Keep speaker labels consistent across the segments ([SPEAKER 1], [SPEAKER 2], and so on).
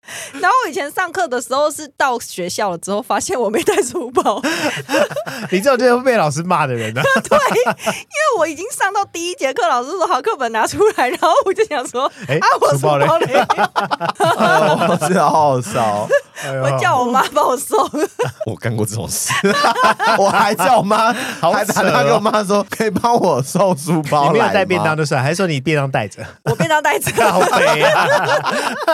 [SPEAKER 1] 然后我以前上课的时候是到学校了之后，发现我没带书包，
[SPEAKER 2] 你这种就是会被老师骂的人啊。
[SPEAKER 1] 对，因为我已经上到第一节课，老师说好课本拿出来，然后我就想说
[SPEAKER 2] 哎
[SPEAKER 1] 啊，我
[SPEAKER 2] 书
[SPEAKER 1] 书
[SPEAKER 2] 包嘞
[SPEAKER 1] 包嘞，
[SPEAKER 3] 哦
[SPEAKER 4] 我真的好少，
[SPEAKER 2] 哎呦
[SPEAKER 1] 我叫我妈帮我收。
[SPEAKER 4] 我干过这种事，
[SPEAKER 3] 我还叫我妈，
[SPEAKER 2] 好
[SPEAKER 3] 还打
[SPEAKER 2] 扯
[SPEAKER 3] 电话给
[SPEAKER 2] 哦
[SPEAKER 3] 我妈说，可以帮我送书包
[SPEAKER 2] 你没有
[SPEAKER 3] 来
[SPEAKER 2] 带
[SPEAKER 3] 吗
[SPEAKER 2] 便当就算，还是说你便当带着？
[SPEAKER 1] 我便当带着，
[SPEAKER 2] 好肥啊！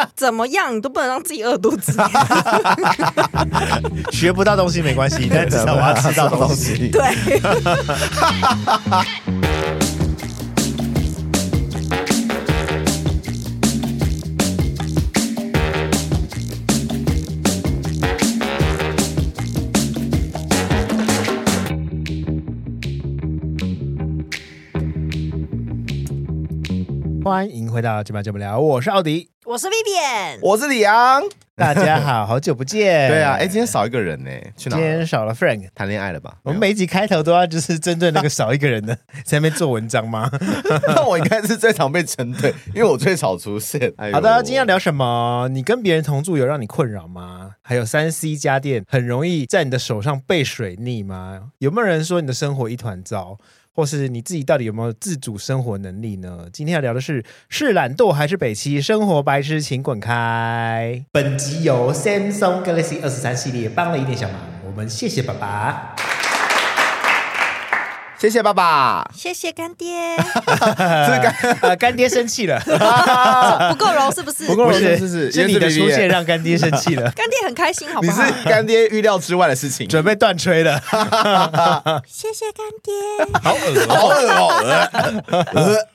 [SPEAKER 1] 怎么样你都不能让自己饿肚子。
[SPEAKER 2] 学不到东西没关 系，但至少我要吃到东西。
[SPEAKER 3] 西。
[SPEAKER 1] 对，
[SPEAKER 2] 欢迎回到今晚节目聊，我是奥迪，
[SPEAKER 1] 我是 Vivian，
[SPEAKER 3] 我是李昂。
[SPEAKER 2] 大家好，好久不见。
[SPEAKER 3] 对啊，哎，今天少一个人呢，去哪
[SPEAKER 2] 今
[SPEAKER 3] 了？
[SPEAKER 2] 天少了 Frank。
[SPEAKER 3] 谈恋爱了吧？
[SPEAKER 2] 我们每一集开头都要就是针对那个少一个人的在那边做文章吗？
[SPEAKER 3] 没有， 那我应该是最常被针对，因为我最少出现。 哎呦
[SPEAKER 2] 好的，今天要聊什么？你跟别人同住有让你困扰吗？还有三 C 家电很容易在你的手上被水逆吗？有没有人说你的生活一团糟？或是你自己到底有没有自主生活能力呢？今天要聊的是是懒惰还是北七？生活白痴，请滚开！本集由 Samsung Galaxy 二十三系列帮了一点小忙，我们谢谢爸 爸。
[SPEAKER 3] 谢谢爸爸。
[SPEAKER 1] 谢谢干 爹，
[SPEAKER 2] 呃，干爹生气了，
[SPEAKER 1] 不够柔是不是？
[SPEAKER 3] 够
[SPEAKER 2] 不
[SPEAKER 3] 柔
[SPEAKER 2] 是
[SPEAKER 3] 是是
[SPEAKER 2] 是
[SPEAKER 3] 因为
[SPEAKER 2] 你
[SPEAKER 3] 是
[SPEAKER 2] 的
[SPEAKER 3] BBA
[SPEAKER 2] 出现让干爹生气了，
[SPEAKER 1] 干爹很开心，好
[SPEAKER 3] 你
[SPEAKER 1] 不
[SPEAKER 3] 是
[SPEAKER 1] 好？
[SPEAKER 3] 干爹预料之外的事情，
[SPEAKER 2] 准备断吹了，
[SPEAKER 1] 谢谢干爹。
[SPEAKER 2] 好恶哦、
[SPEAKER 3] 好恶哦！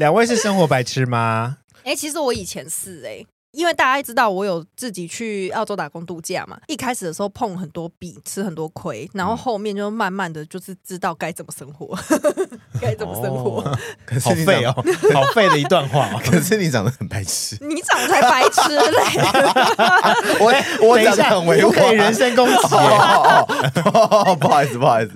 [SPEAKER 2] 两位是生活白痴吗？
[SPEAKER 1] 哎、其实我以前是哎、因为大家知道我有自己去澳洲打工度假嘛，一开始的时候碰很多壁，吃很多亏，然后
[SPEAKER 2] 嗯
[SPEAKER 1] 后面就慢慢的就是知道该怎么生活， 该怎么生活。
[SPEAKER 3] 可
[SPEAKER 2] 好
[SPEAKER 3] 是你
[SPEAKER 2] 废
[SPEAKER 3] 长
[SPEAKER 2] 哦，好废的一段话、 哦。
[SPEAKER 3] 可是你长得很白 痴，
[SPEAKER 1] 你长得才白痴 嘞！
[SPEAKER 3] 我我
[SPEAKER 2] 等一
[SPEAKER 3] 长得
[SPEAKER 2] 下，
[SPEAKER 3] 很委
[SPEAKER 2] 不可以
[SPEAKER 3] 婉。
[SPEAKER 2] 人身攻 击
[SPEAKER 3] 哦
[SPEAKER 2] 耶。
[SPEAKER 3] 哦哦，不好意思，不好意思，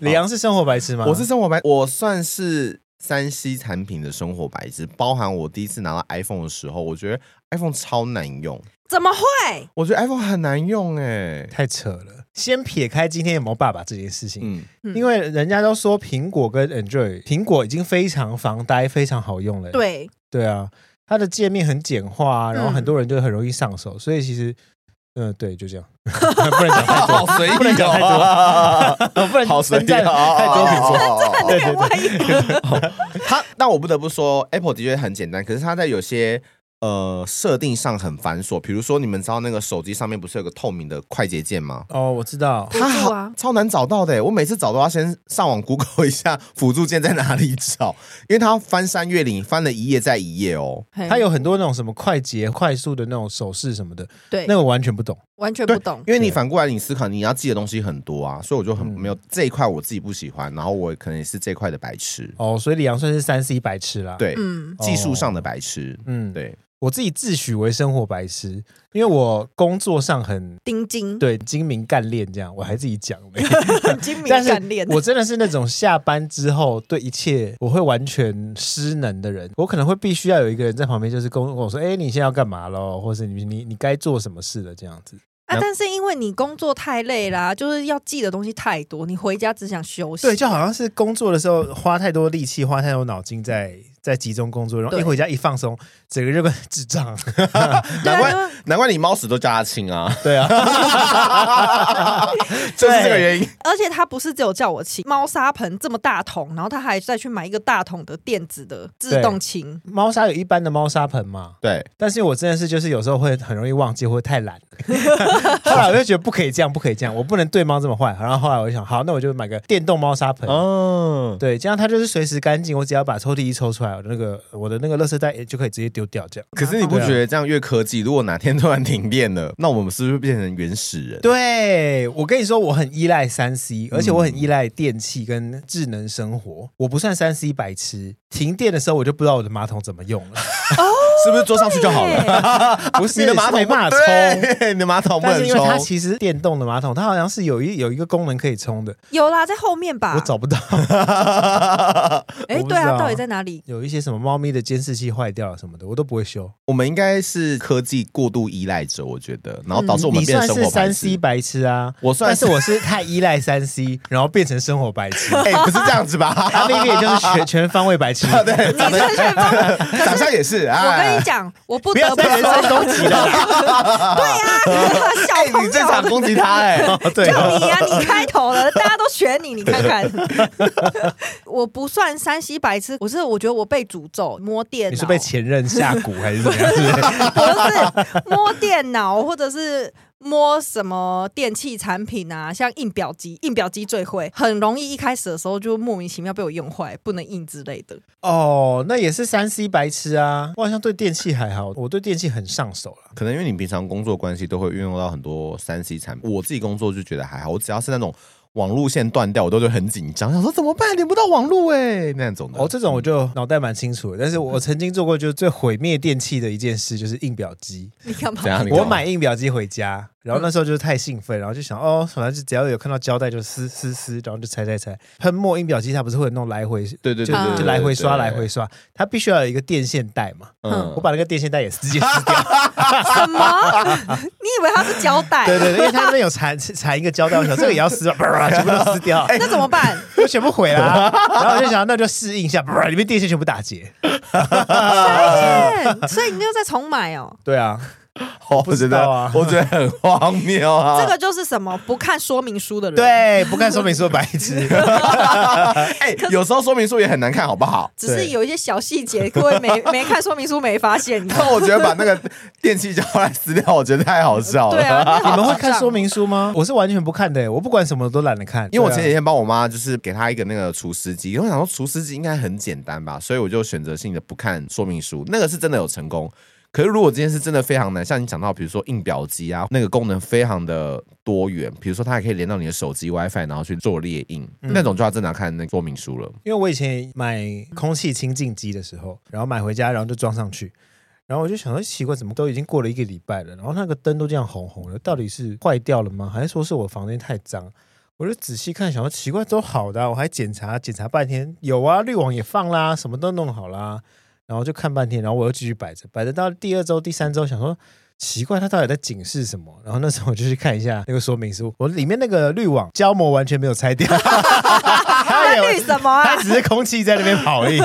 [SPEAKER 2] 李阳是生活白痴吗？
[SPEAKER 3] 我是生活白，我算是三 C 产品的生活白痴，包含我第一次拿到 iPhone 的时候，我觉得 iPhone 超难用，
[SPEAKER 1] 怎么会？
[SPEAKER 3] 我觉得 iPhone 很难用哎、
[SPEAKER 2] 太扯了。先撇开今天有没有爸爸这件事情，
[SPEAKER 3] 嗯，
[SPEAKER 1] 嗯
[SPEAKER 2] 因为人家都说苹果跟 Android，苹果已经非常防呆、非常好用了。
[SPEAKER 1] 对，
[SPEAKER 2] 对啊，它的界面很简化、啊，然后
[SPEAKER 1] 嗯
[SPEAKER 2] 很多人就很容易上手，所以其实，嗯、对，就这样， 不能讲太多，
[SPEAKER 3] 随
[SPEAKER 2] 不能讲 太多，不能
[SPEAKER 3] 好随
[SPEAKER 2] 称
[SPEAKER 3] 意
[SPEAKER 2] 赞
[SPEAKER 3] 哦，
[SPEAKER 2] 太多苹果。
[SPEAKER 3] 果
[SPEAKER 2] 对
[SPEAKER 1] 另
[SPEAKER 2] 对
[SPEAKER 1] 外
[SPEAKER 2] 对，
[SPEAKER 1] 一个
[SPEAKER 3] 它，但我不得不说，Apple 的确很简单，可是它在有些呃设定上很繁琐。比如说，你们知道那个手机上面不是有个透明的快捷键吗？
[SPEAKER 2] 哦，我知道，
[SPEAKER 1] 辅助
[SPEAKER 3] 它
[SPEAKER 1] 啊
[SPEAKER 3] 好超难找到的，我每次找都要先上网 Google 一下辅助键在哪里找，因为它翻山越岭，翻了一页再一页哦。
[SPEAKER 2] 它有很多那种什么快捷、快速的那种手势什么的，
[SPEAKER 1] 对
[SPEAKER 2] 那，个完全不懂。
[SPEAKER 1] 完全
[SPEAKER 3] 对
[SPEAKER 1] 不懂。
[SPEAKER 3] 因为你
[SPEAKER 2] 对
[SPEAKER 3] 反过来你思考，你要记的东西很多啊，所以我就很没有这一块我自己不喜欢，然后我可能也是这一块的白痴，
[SPEAKER 2] 哦，所以李阳算是三 C 白痴啦。，
[SPEAKER 3] 对，
[SPEAKER 1] 嗯，
[SPEAKER 3] 技术上的白痴，
[SPEAKER 2] 嗯，
[SPEAKER 3] 对，
[SPEAKER 2] 我自己自诩为生活白痴，因为我工作上很
[SPEAKER 1] 丁精，
[SPEAKER 2] 对精明干练，这样我还自己讲嘞。
[SPEAKER 1] 很精明
[SPEAKER 2] 但
[SPEAKER 1] 干
[SPEAKER 2] 是
[SPEAKER 1] 练，
[SPEAKER 2] 我真的是那种下班之后对一切我会完全失能的人，我可能会必须要有一个人在旁边，就是跟我说：“哎、你现在要干嘛咯？或是你你你该做什么事了？”这样子。
[SPEAKER 1] 啊，但是因为你工作太累啦，就是要记的东西太多，你回家只想休息。
[SPEAKER 2] 对，就好像是工作的时候花太多力气，花太多脑筋在在集中工作，然后
[SPEAKER 1] 对
[SPEAKER 2] 一回家一放松，整个就跟智 障。
[SPEAKER 1] 对
[SPEAKER 3] 难
[SPEAKER 1] 啊，
[SPEAKER 3] 怪
[SPEAKER 1] 就
[SPEAKER 3] 难怪你猫屎都叫他亲啊，
[SPEAKER 2] 对啊，
[SPEAKER 3] 就是这个原因。
[SPEAKER 1] 而且他不是只有叫我清猫砂盆这么大桶，然后他还再去买一个大桶的电子的自动清。
[SPEAKER 2] 猫砂有一般的猫砂盆嘛，
[SPEAKER 3] 对，
[SPEAKER 2] 但是我真的是就是有时候会很容易忘记，或者太 懒。后来我就觉得不可以这样，不可以这样，我不能对猫这么坏。然后后来我就想，好，那我就买个电动猫砂盆。
[SPEAKER 3] 哦，
[SPEAKER 2] 对，这样它就是随时干净，我只要把抽屉一抽出来，我的那个我的那个垃圾袋也就可以直接丢掉，这样。
[SPEAKER 3] 可是你不觉得这样越科技？如果哪天突然停电了，那我们是不是变成原始人？
[SPEAKER 2] 对，我跟你说，我很依赖三
[SPEAKER 3] 嗯
[SPEAKER 2] C，而且我很依赖电器跟智能 生活。我不算三 C 白痴，停电的时候我就不知道我的马桶怎么用了，
[SPEAKER 3] 是不是坐上去就好了？
[SPEAKER 1] 哎
[SPEAKER 2] 不是
[SPEAKER 3] 啊你的马
[SPEAKER 2] 是
[SPEAKER 3] 桶
[SPEAKER 2] 没办法冲。
[SPEAKER 3] 冲，你的马桶不
[SPEAKER 2] 但是
[SPEAKER 3] 能
[SPEAKER 2] 因为它
[SPEAKER 3] 冲。
[SPEAKER 2] 其实电动的马桶，它好像是有一有一个功能可以冲的，
[SPEAKER 1] 有啦，在后面
[SPEAKER 3] 啊
[SPEAKER 1] 吧
[SPEAKER 2] 我。找不到。
[SPEAKER 1] 哎、
[SPEAKER 2] 我不
[SPEAKER 1] 对
[SPEAKER 2] 知道
[SPEAKER 1] 啊，到底在哪里？
[SPEAKER 2] 有一些什么猫咪的监视器坏掉了什么的，我都不会修。
[SPEAKER 3] 我们应该是科技过度依赖者，我觉得，然后导致我们
[SPEAKER 2] 你
[SPEAKER 3] 变
[SPEAKER 2] 算
[SPEAKER 3] 成生
[SPEAKER 2] 是
[SPEAKER 3] 活白
[SPEAKER 2] 三
[SPEAKER 3] 痴
[SPEAKER 2] C。白痴啊，
[SPEAKER 3] 我算
[SPEAKER 2] 但
[SPEAKER 3] 是
[SPEAKER 2] 是我是太依赖三 C，然后变成生活白 痴。
[SPEAKER 3] 哎、不是这样子吧？
[SPEAKER 2] 他那边就是全全方位白痴，
[SPEAKER 3] 啊对，长
[SPEAKER 1] 你
[SPEAKER 3] 得
[SPEAKER 1] 这是帮
[SPEAKER 3] 长相也 是啊。
[SPEAKER 1] 我跟你讲，我不
[SPEAKER 2] 不
[SPEAKER 1] 得
[SPEAKER 2] 要
[SPEAKER 1] 不
[SPEAKER 2] 在人身
[SPEAKER 1] 说，
[SPEAKER 2] 攻击了。
[SPEAKER 1] 小
[SPEAKER 3] 哎、
[SPEAKER 1] 朋
[SPEAKER 3] 你这场
[SPEAKER 1] 友。
[SPEAKER 3] 攻击他 哎、
[SPEAKER 2] 对
[SPEAKER 1] 就你呀、你开头了，大家都选你，你看看。我不算山西白痴，我是我觉得我被诅咒摸电脑，
[SPEAKER 2] 你是被前任下蛊还是怎么 样？是不是
[SPEAKER 1] 不是摸电脑或者是摸什么电器产品啊，像印表机，印表机最会，很容易一开始的时候就莫名其妙被我用坏，不能印之 类的。
[SPEAKER 2] 哦，那也是三 C 白痴啊！我好像对电器还好，我对电器很上手了。
[SPEAKER 3] 可能因为你平常工作关系都会运用到很多三 C 产品，我自己工作就觉得哎还好，我只要是那种网路线断掉，我都会很紧张，想说怎么办，连不到网路哎、那种的。
[SPEAKER 2] 哦，这种我就脑袋蛮清楚的，但是我曾经做过就是最毁灭电器的一件事，就是印表机。
[SPEAKER 1] 你干嘛
[SPEAKER 3] 怎？样？你干嘛
[SPEAKER 2] 我买印表机回家，然后那时候就是太兴奋，然后就想哦，反正就只要有看到胶带就撕撕撕，然后就拆拆拆。喷墨印表机它不是会有那种来回，
[SPEAKER 3] 对对
[SPEAKER 2] 就
[SPEAKER 3] 对对，
[SPEAKER 2] 就
[SPEAKER 3] 对
[SPEAKER 2] 来回刷来。
[SPEAKER 3] 对
[SPEAKER 2] 回刷，它必须要有一个电线带嘛。
[SPEAKER 3] 嗯
[SPEAKER 2] 我把那个电线带也直接撕掉，
[SPEAKER 1] 什么？你以为它是胶带？
[SPEAKER 2] 对对对，因为它那边有缠缠一个胶带，我想这个也要撕吧，啪 啪啪哎全部都撕掉，
[SPEAKER 1] 那怎么 办？
[SPEAKER 2] 我全部毁啦。然后我就想那就适应一下， 啪里面电线全部打结。
[SPEAKER 1] 傻眼所以你又再重买哦。
[SPEAKER 2] 对啊，
[SPEAKER 3] 哦我
[SPEAKER 2] 知
[SPEAKER 3] 觉
[SPEAKER 2] 道
[SPEAKER 3] 得
[SPEAKER 2] 啊
[SPEAKER 3] 我觉得很荒谬啊！
[SPEAKER 1] 这个就是什么不看说明书的人，，
[SPEAKER 2] 对，不看说明书的白 痴。
[SPEAKER 3] 哎，有时候说明书也很难看，好不好？
[SPEAKER 1] 只是有一些小细节，各位没没看说明书没发现。
[SPEAKER 3] 但我觉得把那个电器胶带撕掉，我觉得太好笑了。
[SPEAKER 1] 对啊，那好
[SPEAKER 2] 你们会
[SPEAKER 1] 智障
[SPEAKER 2] 看说明书吗？我是完全不看的、我不管什么都懒得看，
[SPEAKER 3] 因为我
[SPEAKER 2] 对啊
[SPEAKER 3] 前几天帮我妈就是给她一个那个除湿机，因为我想说除湿机应该很简单吧，所以我就选择性的不看说明书，那个是真的有成功。可是如果今天是真的非常难，像你讲到，比如说印表机啊，那个功能非常的多元，比如说它还可以连到你的手机 WiFi，然后去做列印，那种就要真的要嗯看那个说明书了。
[SPEAKER 2] 因为我以前买空气清净机的时候，然后买回家，然后就装上去，然后我就想说奇怪，怎么都已经过了一个礼拜了，然后那个灯都这样红红的，到底是坏掉了吗？还是说是我房间太脏？我就仔细看，想说奇怪，都好的啊、我还检查检查半天，有啊，滤网也放啦，什么都弄好啦，然后就看半天，然后我又继续摆着，摆着到第二周、第三周，想说奇怪，它到底在警示什么？然后那时候我就去看一下那个说明书，我里面那个滤网胶膜完全没有拆掉，它
[SPEAKER 1] 那
[SPEAKER 2] 也
[SPEAKER 1] 绿什么啊
[SPEAKER 2] 它？只是空气在那边跑而 已。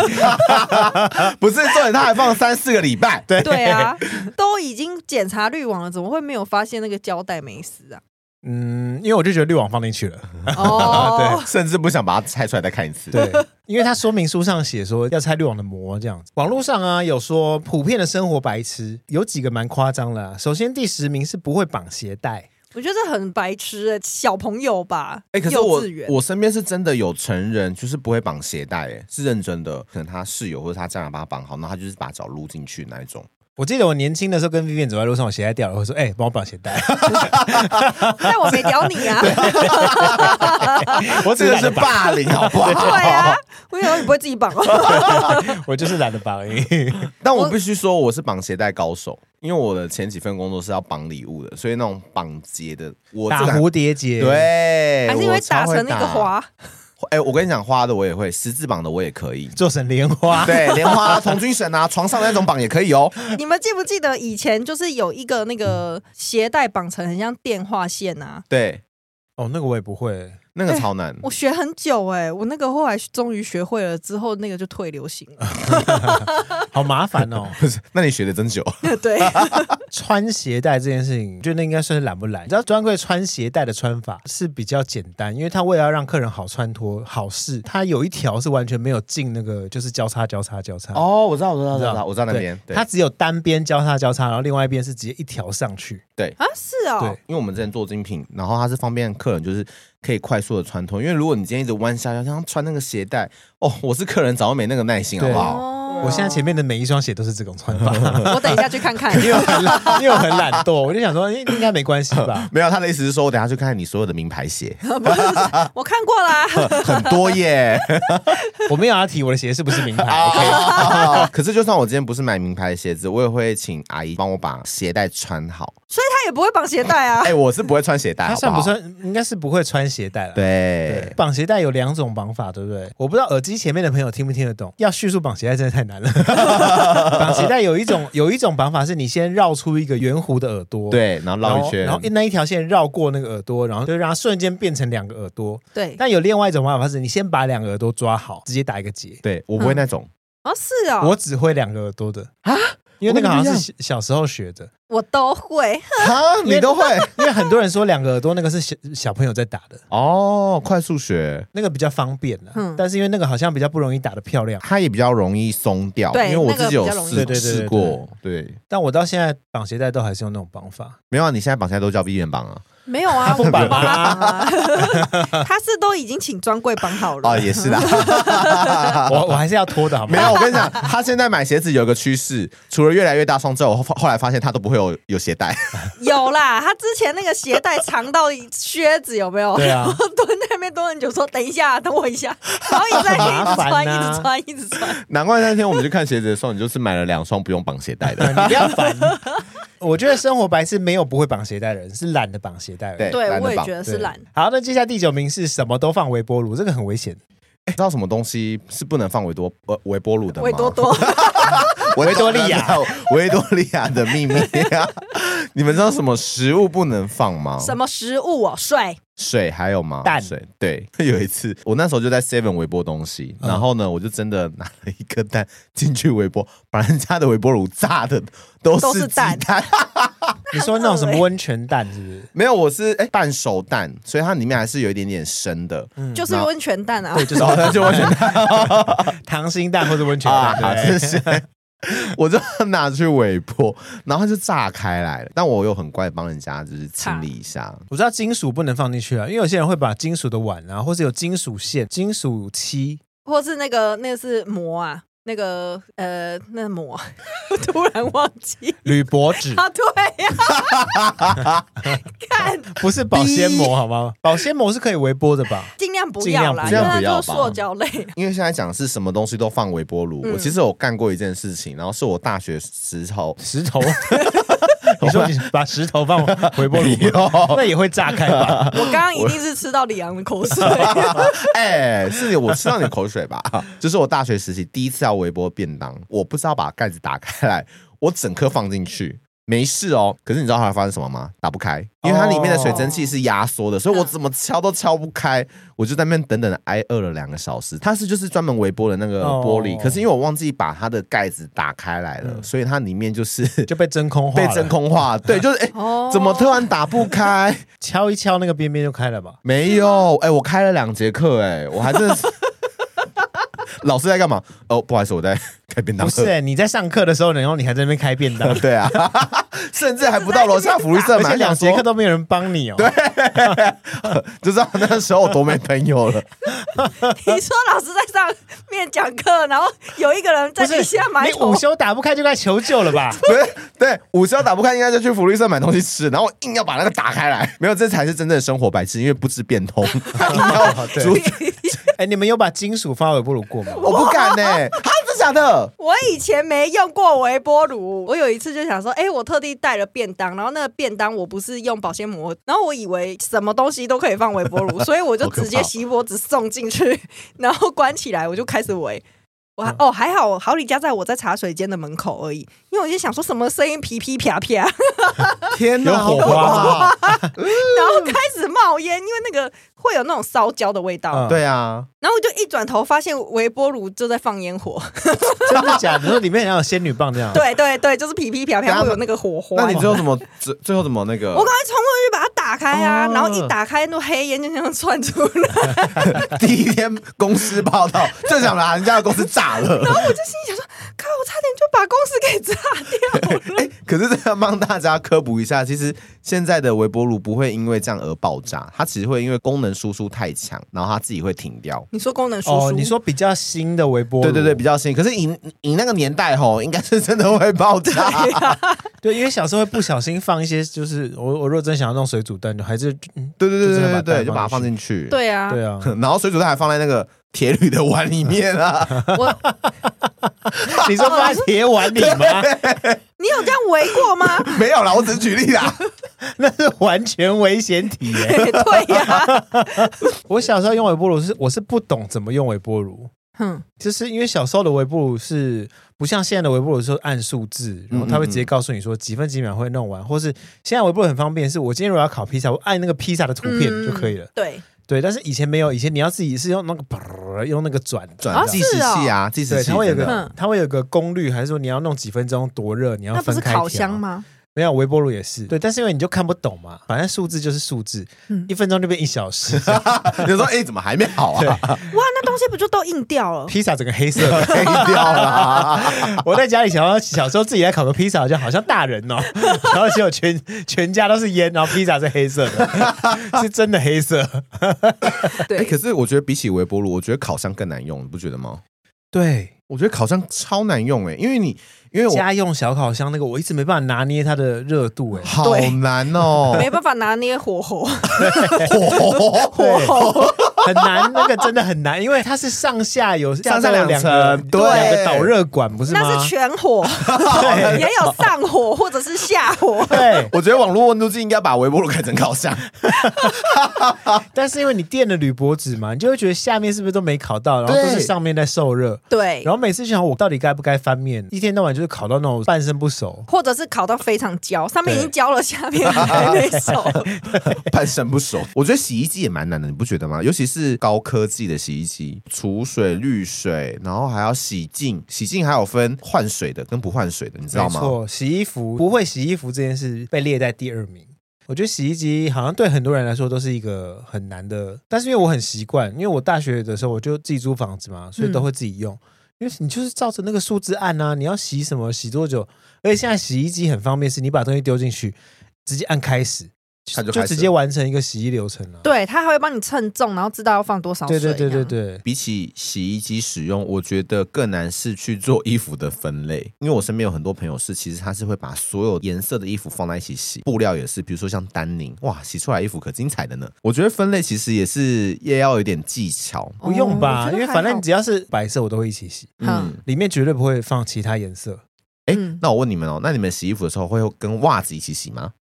[SPEAKER 3] 不是重点，它还放三四个礼拜，对，
[SPEAKER 1] 对啊，都已经检查滤网了，怎么会没有发现那个胶带没撕 啊？
[SPEAKER 2] 嗯，因为我就觉得滤网放进去了。
[SPEAKER 1] 哦，
[SPEAKER 3] 甚至不想把它拆出来再看一次。
[SPEAKER 2] 对，因为它说明书上写说要拆滤网的膜这样子。网络上啊有说普遍的生活白痴，有几个蛮夸张的啊、首先第十名是不会绑鞋带，
[SPEAKER 1] 我觉得这很白痴欸，小朋友吧？
[SPEAKER 3] 哎、可是
[SPEAKER 1] 幼
[SPEAKER 3] 我
[SPEAKER 1] 稚园
[SPEAKER 3] 我身边是真的有成人，就是不会绑鞋带，哎，是认真的。可能他室友或者他家长把他绑好，然后他就是把脚撸进去那一种。
[SPEAKER 2] 我记得我年轻的时候跟 Vivian 走在路上，我鞋带掉了，我说：“哎、帮我绑鞋 带。
[SPEAKER 1] 但我没屌你 啊！
[SPEAKER 3] 我这个
[SPEAKER 2] 懒得
[SPEAKER 3] 是霸凌，好 不
[SPEAKER 1] 对
[SPEAKER 3] 好？
[SPEAKER 1] 啊，我以为你不会自己绑 哦。”
[SPEAKER 2] 我就是懒得绑 而已。
[SPEAKER 3] 但
[SPEAKER 1] 我
[SPEAKER 3] 我必须说，我是绑鞋带高手，因为我的前几份工作是要绑礼物的，所以那种绑结的，我
[SPEAKER 2] 打
[SPEAKER 3] 这个
[SPEAKER 2] 蝴蝶结，，。
[SPEAKER 3] 对，
[SPEAKER 1] 还是因为
[SPEAKER 3] 哎我超
[SPEAKER 1] 打
[SPEAKER 3] 会
[SPEAKER 1] 成那个
[SPEAKER 3] 打。
[SPEAKER 1] 花，
[SPEAKER 3] 哎、我跟你讲，花的我也会，十字绑的我也 可以
[SPEAKER 2] 做成莲 花。
[SPEAKER 3] 对，莲花、啊、童军绳啊，床上那种绑也可以哦。
[SPEAKER 1] 你们记不记得以前就是有一个那个鞋带绑成很像电话线啊？
[SPEAKER 3] 对，
[SPEAKER 2] 哦，那个我也不会。
[SPEAKER 3] 那个超难。
[SPEAKER 1] 哎我学很久哎、我那个后来终于学会了，之后那个就退流行了。
[SPEAKER 2] 好麻烦哦！
[SPEAKER 3] 不是， 那你学的真久。
[SPEAKER 1] 对，啊
[SPEAKER 2] 穿鞋带这件事情，就那应该算是懒不懒。你知道专柜穿鞋带的穿法是比较简单，因为他为了要让客人好穿脱、好试，他有一条是完全没有进那个，就是交叉、交叉、交叉。
[SPEAKER 3] 哦，我知道，我知道，我
[SPEAKER 2] 知
[SPEAKER 3] 知
[SPEAKER 2] 道
[SPEAKER 3] 道，我知道那
[SPEAKER 2] 对
[SPEAKER 3] 边。对
[SPEAKER 2] 它只有单边交叉、交叉，然后另外一边是直接一条上去。
[SPEAKER 1] 啊，是哦
[SPEAKER 2] 对，
[SPEAKER 3] 因为我们之前做精品，然后它是方便客人，就是可以快速的穿脱。因为如果你今天一直弯下腰，像穿那个鞋带，哦，我是客人，早就没那个耐心，好
[SPEAKER 2] 对
[SPEAKER 3] 不好？。
[SPEAKER 1] 哦哦
[SPEAKER 2] 我现在前面的每一双鞋都是这种穿法，
[SPEAKER 1] 我等一下去看看。
[SPEAKER 2] 因为我很懒，因为我很懒惰，我就想说，哎应该没关系吧
[SPEAKER 3] 没有，他的意思是说，我等下去看看你所有的名牌鞋，
[SPEAKER 1] 我看过啦，
[SPEAKER 3] 很多 耶。
[SPEAKER 2] 我没有要提我的鞋是不是名
[SPEAKER 3] 啊
[SPEAKER 2] 牌，OK？哦
[SPEAKER 3] 可是就算我今天不是买名牌的鞋子，我也会请阿姨帮我把鞋带 穿好。
[SPEAKER 1] 所以他也不会绑鞋带啊
[SPEAKER 3] 哎、。我是不会穿鞋带，
[SPEAKER 2] 他
[SPEAKER 3] 好
[SPEAKER 2] 算
[SPEAKER 3] 好
[SPEAKER 2] 不？算？应该是不会穿鞋带了。对
[SPEAKER 3] 对，
[SPEAKER 2] 绑鞋带有两种绑法，对不对？我不知道耳机前面的朋友听不听得懂。要叙述绑鞋带真的太 难了。绑鞋带有一种有一种绑法是你先绕出一个圆弧的耳朵，，
[SPEAKER 3] 对，然
[SPEAKER 2] 然
[SPEAKER 3] 后绕一
[SPEAKER 2] 后
[SPEAKER 3] 圈，
[SPEAKER 2] 然后那一条线绕过那个耳朵，然后就让它瞬间变成两个耳朵。
[SPEAKER 1] 对，
[SPEAKER 2] 但有另外一种方法是，你先把两个耳朵抓好，直接打一个结。
[SPEAKER 3] 对我不
[SPEAKER 2] 嗯
[SPEAKER 3] 会那种，
[SPEAKER 1] 哦是
[SPEAKER 3] 啊
[SPEAKER 1] 哦，
[SPEAKER 2] 我只会两个耳朵的啊，因为那个好像是小小时候学的，
[SPEAKER 1] 我都会。
[SPEAKER 3] 哈，你 都会
[SPEAKER 2] 因为很多人说两个耳朵那个是小小朋友在打的，
[SPEAKER 3] 哦，快速学。
[SPEAKER 2] 那个比较方便的、
[SPEAKER 1] 嗯
[SPEAKER 2] 但是因为那个好像比较不容易打得漂亮。
[SPEAKER 3] 它也比较容易松掉，
[SPEAKER 1] 对
[SPEAKER 3] 因为我自己有
[SPEAKER 1] 那个比较容易
[SPEAKER 3] 试
[SPEAKER 2] 对对对
[SPEAKER 3] 试过，对，
[SPEAKER 2] 但我到现在绑鞋带都还是用那种绑 法，
[SPEAKER 3] 没有啊，你现在绑现在都叫 V 元绑啊，
[SPEAKER 1] 没有啊，
[SPEAKER 2] 不
[SPEAKER 1] 我
[SPEAKER 2] 绑
[SPEAKER 1] 帮他绑 啊，他是都已经请专柜绑好了。
[SPEAKER 3] 哦，也是啦，
[SPEAKER 2] 我我还是要拖的好
[SPEAKER 3] 没
[SPEAKER 2] 吗？
[SPEAKER 3] 有，我跟你讲，他现在买鞋子有一个趋势，除了越来越大双之后，后后来发现他都不会有有鞋带，
[SPEAKER 1] 有啦，他之前那个鞋带长到靴子有没有？
[SPEAKER 2] 对啊
[SPEAKER 1] 然后蹲在那边蹲很久，说等一下，等我一下，然后一直在
[SPEAKER 2] 麻
[SPEAKER 1] 一直
[SPEAKER 2] 烦
[SPEAKER 1] 穿，
[SPEAKER 2] 啊
[SPEAKER 1] 一直穿，一直穿。
[SPEAKER 3] 难怪那天我们去看鞋子的时候，你就是买了两双不用绑鞋带 的。
[SPEAKER 2] 你不要烦。我觉得生活白痴没有不会绑鞋带的人，是懒得绑鞋带而已。
[SPEAKER 3] 对
[SPEAKER 1] 对，
[SPEAKER 3] 懒得
[SPEAKER 1] 我也
[SPEAKER 3] 绑
[SPEAKER 1] 觉得
[SPEAKER 2] 对
[SPEAKER 1] 是懒。。
[SPEAKER 2] 好，那接下来第九名是什么都放微波炉，这个很危险。
[SPEAKER 3] 你知道什么东西是不能放微多呃微波炉的吗？
[SPEAKER 1] 维多多，
[SPEAKER 3] 维多
[SPEAKER 2] 利亚，
[SPEAKER 3] 维多利亚的秘密、 啊。你们知道什么食物不能放吗？
[SPEAKER 1] 什么食物哦？帅，
[SPEAKER 3] 水还有吗？
[SPEAKER 2] 蛋
[SPEAKER 3] 水。对， 有一次我那时候就在 Seven 微波东西，
[SPEAKER 2] 嗯
[SPEAKER 3] 然后呢，我就真的拿了一颗蛋进去微波，把人家的微波炉炸的都
[SPEAKER 1] 都
[SPEAKER 3] 是
[SPEAKER 1] 是
[SPEAKER 3] 鸡
[SPEAKER 1] 蛋
[SPEAKER 3] 蛋
[SPEAKER 2] 你说那种什
[SPEAKER 1] 欸
[SPEAKER 2] 么温泉蛋是不是？
[SPEAKER 3] 没有，我是哎、半熟蛋，所以它里面还是有一点点生的。
[SPEAKER 1] 嗯就是温泉蛋啊。
[SPEAKER 2] 对，就是
[SPEAKER 3] 然后它就完全
[SPEAKER 2] 溏心蛋或者温泉
[SPEAKER 3] 啊，
[SPEAKER 2] 蛋。
[SPEAKER 3] 好
[SPEAKER 2] 对
[SPEAKER 3] 谢 谢。我就拿去微波，然后它就炸开来了。但我又很乖，帮人家就是清理一下。
[SPEAKER 2] 我知道金属不能放进去啊，因为有些人会把金属的碗啊，或是有金属线、金属漆，
[SPEAKER 1] 或是那个那个是膜啊，那个呃，那个膜， 突然忘记
[SPEAKER 2] 铝箔 纸，
[SPEAKER 1] 啊，对呀、看
[SPEAKER 2] 不是保鲜膜好吗？保鲜膜是可以微波的吧？
[SPEAKER 1] 尽量不要啦，
[SPEAKER 2] 尽量不
[SPEAKER 1] 因为它
[SPEAKER 2] 要，
[SPEAKER 3] 尽量不要
[SPEAKER 1] 就
[SPEAKER 3] 吧
[SPEAKER 1] 是塑胶类，
[SPEAKER 3] 因为现在讲是什么东西都放微波炉，
[SPEAKER 1] 嗯
[SPEAKER 3] 我其实有干过一件事情，然后是我大学时候
[SPEAKER 2] 石 头， 你说你把石头放微波炉
[SPEAKER 3] 没 有
[SPEAKER 2] 吗，那也会炸开吧？
[SPEAKER 1] 我刚刚一定是吃到李阳的口 水。
[SPEAKER 3] 哎、是我吃到你口水吧？ 就是我大学时期第一次要微波便当，我不知道把盖子打开来，我整颗放进去。没事哦，可是你知道后来发生什么吗？打不开，因为它里面的水蒸气是压缩
[SPEAKER 2] 哦
[SPEAKER 3] 的，所以我怎么敲都敲不开，我就在那边等等的挨饿了两个小时。它是就是专门微波的那个玻璃，
[SPEAKER 2] 哦
[SPEAKER 3] 可是因为我忘记把它的盖子打开来了，
[SPEAKER 2] 嗯
[SPEAKER 3] 所以它里面就是
[SPEAKER 2] 就被真空化
[SPEAKER 3] 被
[SPEAKER 2] 了，
[SPEAKER 3] 真空化。对，就是哎、
[SPEAKER 1] 哦
[SPEAKER 3] 怎么突然打不开？
[SPEAKER 2] 敲一敲那个边边就开了吧？
[SPEAKER 3] 没有，哎、我开了两节课，哎，我还真的 是。老师在干嘛？哦，不好意思，我在 开便当
[SPEAKER 2] 不是、
[SPEAKER 3] 课。，
[SPEAKER 2] 欸，你在上课的时候，然后你还在那边开便当
[SPEAKER 3] 对啊， 甚至还不到楼下福利社
[SPEAKER 2] 而
[SPEAKER 3] 买
[SPEAKER 2] 且 两节课
[SPEAKER 3] 都
[SPEAKER 2] 都没有人帮你哦、对，
[SPEAKER 3] 就知道那时候我多没朋 友了。
[SPEAKER 1] 你说老师在上面讲课，然后有一个人在
[SPEAKER 2] 不是
[SPEAKER 1] 底下埋
[SPEAKER 2] 你
[SPEAKER 1] 头
[SPEAKER 2] 午，休打不开就该求救 了吧？
[SPEAKER 3] 不是，对，午休打不开，应该就去福利社买东西吃，然后硬要把那个打开来。没有，这才是真正的生活白痴，因为不知变 通，硬要煮。
[SPEAKER 2] 哎、你们有把金属放到微波炉过吗？
[SPEAKER 3] 我不敢呢、欸，啊，真的假的？
[SPEAKER 1] 我以前没用过微波炉，我有一次就想说，哎、我特地带了便当，然后那个便当我不是用保鲜膜，然后我以为什么东西都可以放微波 炉，所以我就
[SPEAKER 3] 好可怕
[SPEAKER 1] 直接锡箔纸送进去，然后关起来，我就开始围。我还哦还好，好李家在我在茶水间的门口而已，因为我就想说什么声音噼噼啪 啪，
[SPEAKER 3] 天
[SPEAKER 2] 有火花
[SPEAKER 1] 然后开始冒烟，因为那个会有那种烧焦的味道，
[SPEAKER 2] 嗯
[SPEAKER 3] 对啊，
[SPEAKER 1] 然后我就一转头发现微波炉就在放烟火，
[SPEAKER 2] 真的假的？你说里面好像有仙女棒这 样？，
[SPEAKER 1] 对对对，就是噼噼啪啪会有那个火花。
[SPEAKER 3] 那你最后怎么最最后怎么那个？
[SPEAKER 1] 我刚才冲过去把它打开啊，
[SPEAKER 2] 哦
[SPEAKER 1] 然后一打开，那黑烟就这样窜出 来，
[SPEAKER 3] 第 一天公司报道，正想把人家的公司炸了，
[SPEAKER 1] 我就心里想说，靠，我差点就把把公司给炸 掉了。
[SPEAKER 3] 哎可是这要帮大家科普一下，其实现在的微波炉不会因为这样而爆炸，它只会因为功能输出太强，然后它自己会停掉。
[SPEAKER 1] 你说功能输出，
[SPEAKER 2] 哦，你说比较新的微波炉，
[SPEAKER 3] 对对对，比较新。可是以以那个年代吼，应该是真的会爆炸。
[SPEAKER 2] 对，因为小时候会不小心放一些，就是我我若真想要弄水煮蛋，就还是嗯
[SPEAKER 3] 对 对对对对对，
[SPEAKER 2] 就
[SPEAKER 3] 就
[SPEAKER 2] 把
[SPEAKER 3] 把
[SPEAKER 2] 它放
[SPEAKER 3] 它放进去。
[SPEAKER 1] 对啊，
[SPEAKER 2] 对啊，
[SPEAKER 3] 然后水煮蛋还放在那个铁铝的碗里面 啊。
[SPEAKER 1] 我
[SPEAKER 2] 你说放在铁碗里 吗？
[SPEAKER 1] 你有这样围过 吗？
[SPEAKER 3] 没有啦，我只是举例啦。
[SPEAKER 2] 那是完全危险体耶！
[SPEAKER 1] 对呀、
[SPEAKER 2] 我小时候用微波炉是我是不懂怎么用微波炉，
[SPEAKER 1] 哼，
[SPEAKER 2] 就是因为小时候的微波炉是不像现在的微波炉是按数字，然后它会
[SPEAKER 3] 嗯
[SPEAKER 2] 直接告诉你说几分几秒会弄完，或是现在微波炉很方便，是我今天如果要烤披萨，我按那个披萨的图片
[SPEAKER 1] 嗯
[SPEAKER 2] 就可以了。
[SPEAKER 1] 对，
[SPEAKER 2] 对，但是以前没有，以前你要自己是用那个啪用那个转
[SPEAKER 3] 转
[SPEAKER 1] 哦是
[SPEAKER 3] 计时器啊，计时
[SPEAKER 2] 对，
[SPEAKER 3] 器
[SPEAKER 2] 它会有
[SPEAKER 3] 真的。
[SPEAKER 2] 个
[SPEAKER 1] 嗯
[SPEAKER 2] 它会有个功率，还是说你要弄几分钟多热，你要
[SPEAKER 1] 那不
[SPEAKER 2] 分
[SPEAKER 1] 是
[SPEAKER 2] 开
[SPEAKER 1] 烤
[SPEAKER 2] 调
[SPEAKER 1] 箱？吗？
[SPEAKER 2] 没有，微波炉也是。对，但是因为你就看不懂嘛，反正数字就是数字，
[SPEAKER 1] 嗯
[SPEAKER 2] 一分钟就变一小 时，
[SPEAKER 3] 你说哎，怎么还没好 啊？
[SPEAKER 1] 哇，那东西不就都硬掉 了？
[SPEAKER 2] 披萨整个黑色 的。
[SPEAKER 3] 黑掉啦。
[SPEAKER 2] 我在家里想要小时候自己来烤个披萨，就好像大人 哦，然后结果全全家都是烟，然后披萨是黑色的， 是真的黑色。
[SPEAKER 1] 对，
[SPEAKER 3] 哎，可是我觉得比起微波炉，我觉得烤箱更难用，你不觉得吗？
[SPEAKER 2] 对，
[SPEAKER 3] 我觉得烤箱超难用哎，因为你因为我
[SPEAKER 2] 家用小烤箱那个我一直没办法拿捏它的热度，哎，
[SPEAKER 3] 好难哦，
[SPEAKER 1] 没办法拿捏火候，
[SPEAKER 2] 对，很难，那个真的很难，因为它是上下有
[SPEAKER 3] 上下两
[SPEAKER 2] 两
[SPEAKER 3] 层
[SPEAKER 2] 个
[SPEAKER 3] 对
[SPEAKER 2] 两个导热管，不是吗？哎
[SPEAKER 1] 那是全 火，也有上火或者是下火。
[SPEAKER 2] 对，
[SPEAKER 3] 我觉得网络温度计应该把微波炉改成烤箱。
[SPEAKER 2] 但是因为你垫了铝箔纸嘛，你就会觉得下面是不是都没烤到，然后
[SPEAKER 3] 对
[SPEAKER 2] 都是上面在受热，
[SPEAKER 1] 对，
[SPEAKER 2] 然后每次就想我到底该不该翻面，一天到晚就是烤到那种半生不熟。
[SPEAKER 1] 或者是烤到非常焦，上面已经焦了，下面还没 熟。
[SPEAKER 3] 半生不熟。我觉得洗衣机也蛮难的，你不觉得吗？尤其是高科技的洗衣机，储水、滤水，然后还要洗净，洗净还有分换水的跟不换水的，你知道
[SPEAKER 2] 没
[SPEAKER 3] 吗？
[SPEAKER 2] 错，洗衣服不会洗衣服这件事被列在第二名。我觉得洗衣机好像对很多人来说都是一个很难的，但是因为我很习惯，因为我大学的时候我就自己租房子嘛，所以都会自己用。因为你就是照着那个数字按啊，你要洗什么，洗多久，而且现在洗衣机很方便，是你把东西丢进去，直接按开始，
[SPEAKER 3] 它就
[SPEAKER 2] 就
[SPEAKER 3] 开始
[SPEAKER 2] 直接完成一个洗衣流程了。
[SPEAKER 1] 对，它还会帮你称重，然后知道要放多少水。
[SPEAKER 2] 对对对对
[SPEAKER 1] 这样，哦
[SPEAKER 2] 对，
[SPEAKER 3] 比起洗衣机使用，我觉得更难是去做衣服的分类， 因为我身边有很多朋友是，其实他是会把所有颜色的衣服放在一起洗，布料也是，比如说像丹宁，哇，洗出来衣服可精彩的呢。我觉得分类其实也是也要有点技巧，
[SPEAKER 2] 不用
[SPEAKER 1] 哦我觉
[SPEAKER 2] 吧，
[SPEAKER 1] 得
[SPEAKER 2] 因为
[SPEAKER 1] 还
[SPEAKER 2] 反正
[SPEAKER 1] 好
[SPEAKER 2] 只要是白色我都会一起洗，
[SPEAKER 1] 嗯
[SPEAKER 3] 嗯。
[SPEAKER 2] 里面绝对不会放其他颜色，
[SPEAKER 3] 哎、
[SPEAKER 1] 嗯
[SPEAKER 3] 那我问你们哦，那你们洗衣服的时候会跟袜子一起洗吗？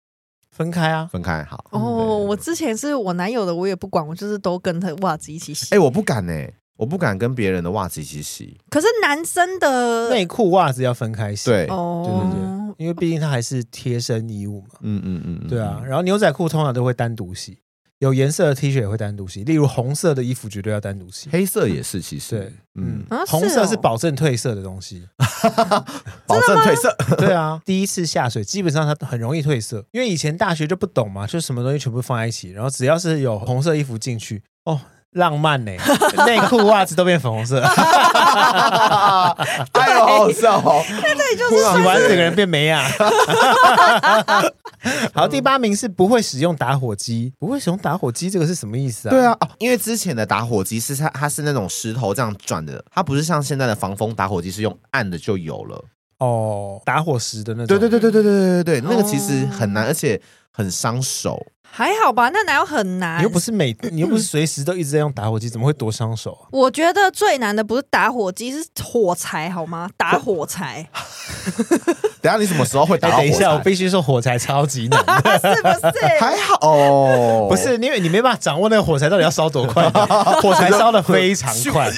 [SPEAKER 2] 分开啊。
[SPEAKER 3] 分开好。
[SPEAKER 1] 哦，我之前是我男友的，我也不管，我就是都跟他袜子一起洗。
[SPEAKER 3] 哎、我不敢呢、我不敢跟别人的袜子一起洗。
[SPEAKER 1] 可是男生的
[SPEAKER 2] 内裤、袜子要分开洗。，
[SPEAKER 3] 对，
[SPEAKER 2] 对对
[SPEAKER 1] 哦，
[SPEAKER 2] 因为毕竟它还是贴身衣物嘛。
[SPEAKER 3] 嗯嗯嗯，嗯
[SPEAKER 2] 对啊，，然后牛仔裤通常都会单独洗，有颜色的 T 恤也会单独洗，例如红色的衣服绝对要单独洗。
[SPEAKER 3] 黑色也是，其实，
[SPEAKER 2] 对，嗯
[SPEAKER 3] 嗯，
[SPEAKER 1] 啊，
[SPEAKER 2] 红色是
[SPEAKER 1] 哦
[SPEAKER 2] 保证褪色的东 西。
[SPEAKER 3] 保证褪色。
[SPEAKER 2] 对啊，第一次下水基本上它很容易褪色，因为以前大学就不懂嘛，就什么东西全部放在一起，然后只要是有红色衣服进去，哦。浪漫 呢、内裤、袜子都变粉红色，
[SPEAKER 3] 哎呦，好好笑哦！
[SPEAKER 1] 对，就是
[SPEAKER 2] 洗完整个人变 没啊。好，第八名是不会使用打火机，不会使用打火机，这个是什么意思啊？
[SPEAKER 3] 对啊，啊因为之前的打火机是它，它是那种石头这样转的，它不是像现在的防风打火机是用按的就有了。
[SPEAKER 2] 哦，打火石的那种。
[SPEAKER 3] 对对对对对对对对，那个其实
[SPEAKER 1] 哦
[SPEAKER 3] 很难，而且很伤手。
[SPEAKER 1] 还好吧？那哪有很难？
[SPEAKER 2] 你又不是 每，你又不是随时都一直在用打火机，怎么会多伤手啊？
[SPEAKER 1] 我觉得最难的不是打火机，是火柴，好 吗？打火柴
[SPEAKER 3] 等一下你什么时候会打
[SPEAKER 2] 哎，
[SPEAKER 3] 到
[SPEAKER 2] 等一
[SPEAKER 3] 火柴
[SPEAKER 2] 下，我必须说火柴超级难，哦
[SPEAKER 1] 是 不是？
[SPEAKER 3] 还 好哦，
[SPEAKER 2] 不是因为你没办法掌握那个火柴到底要烧多 快，火柴烧的非常 快。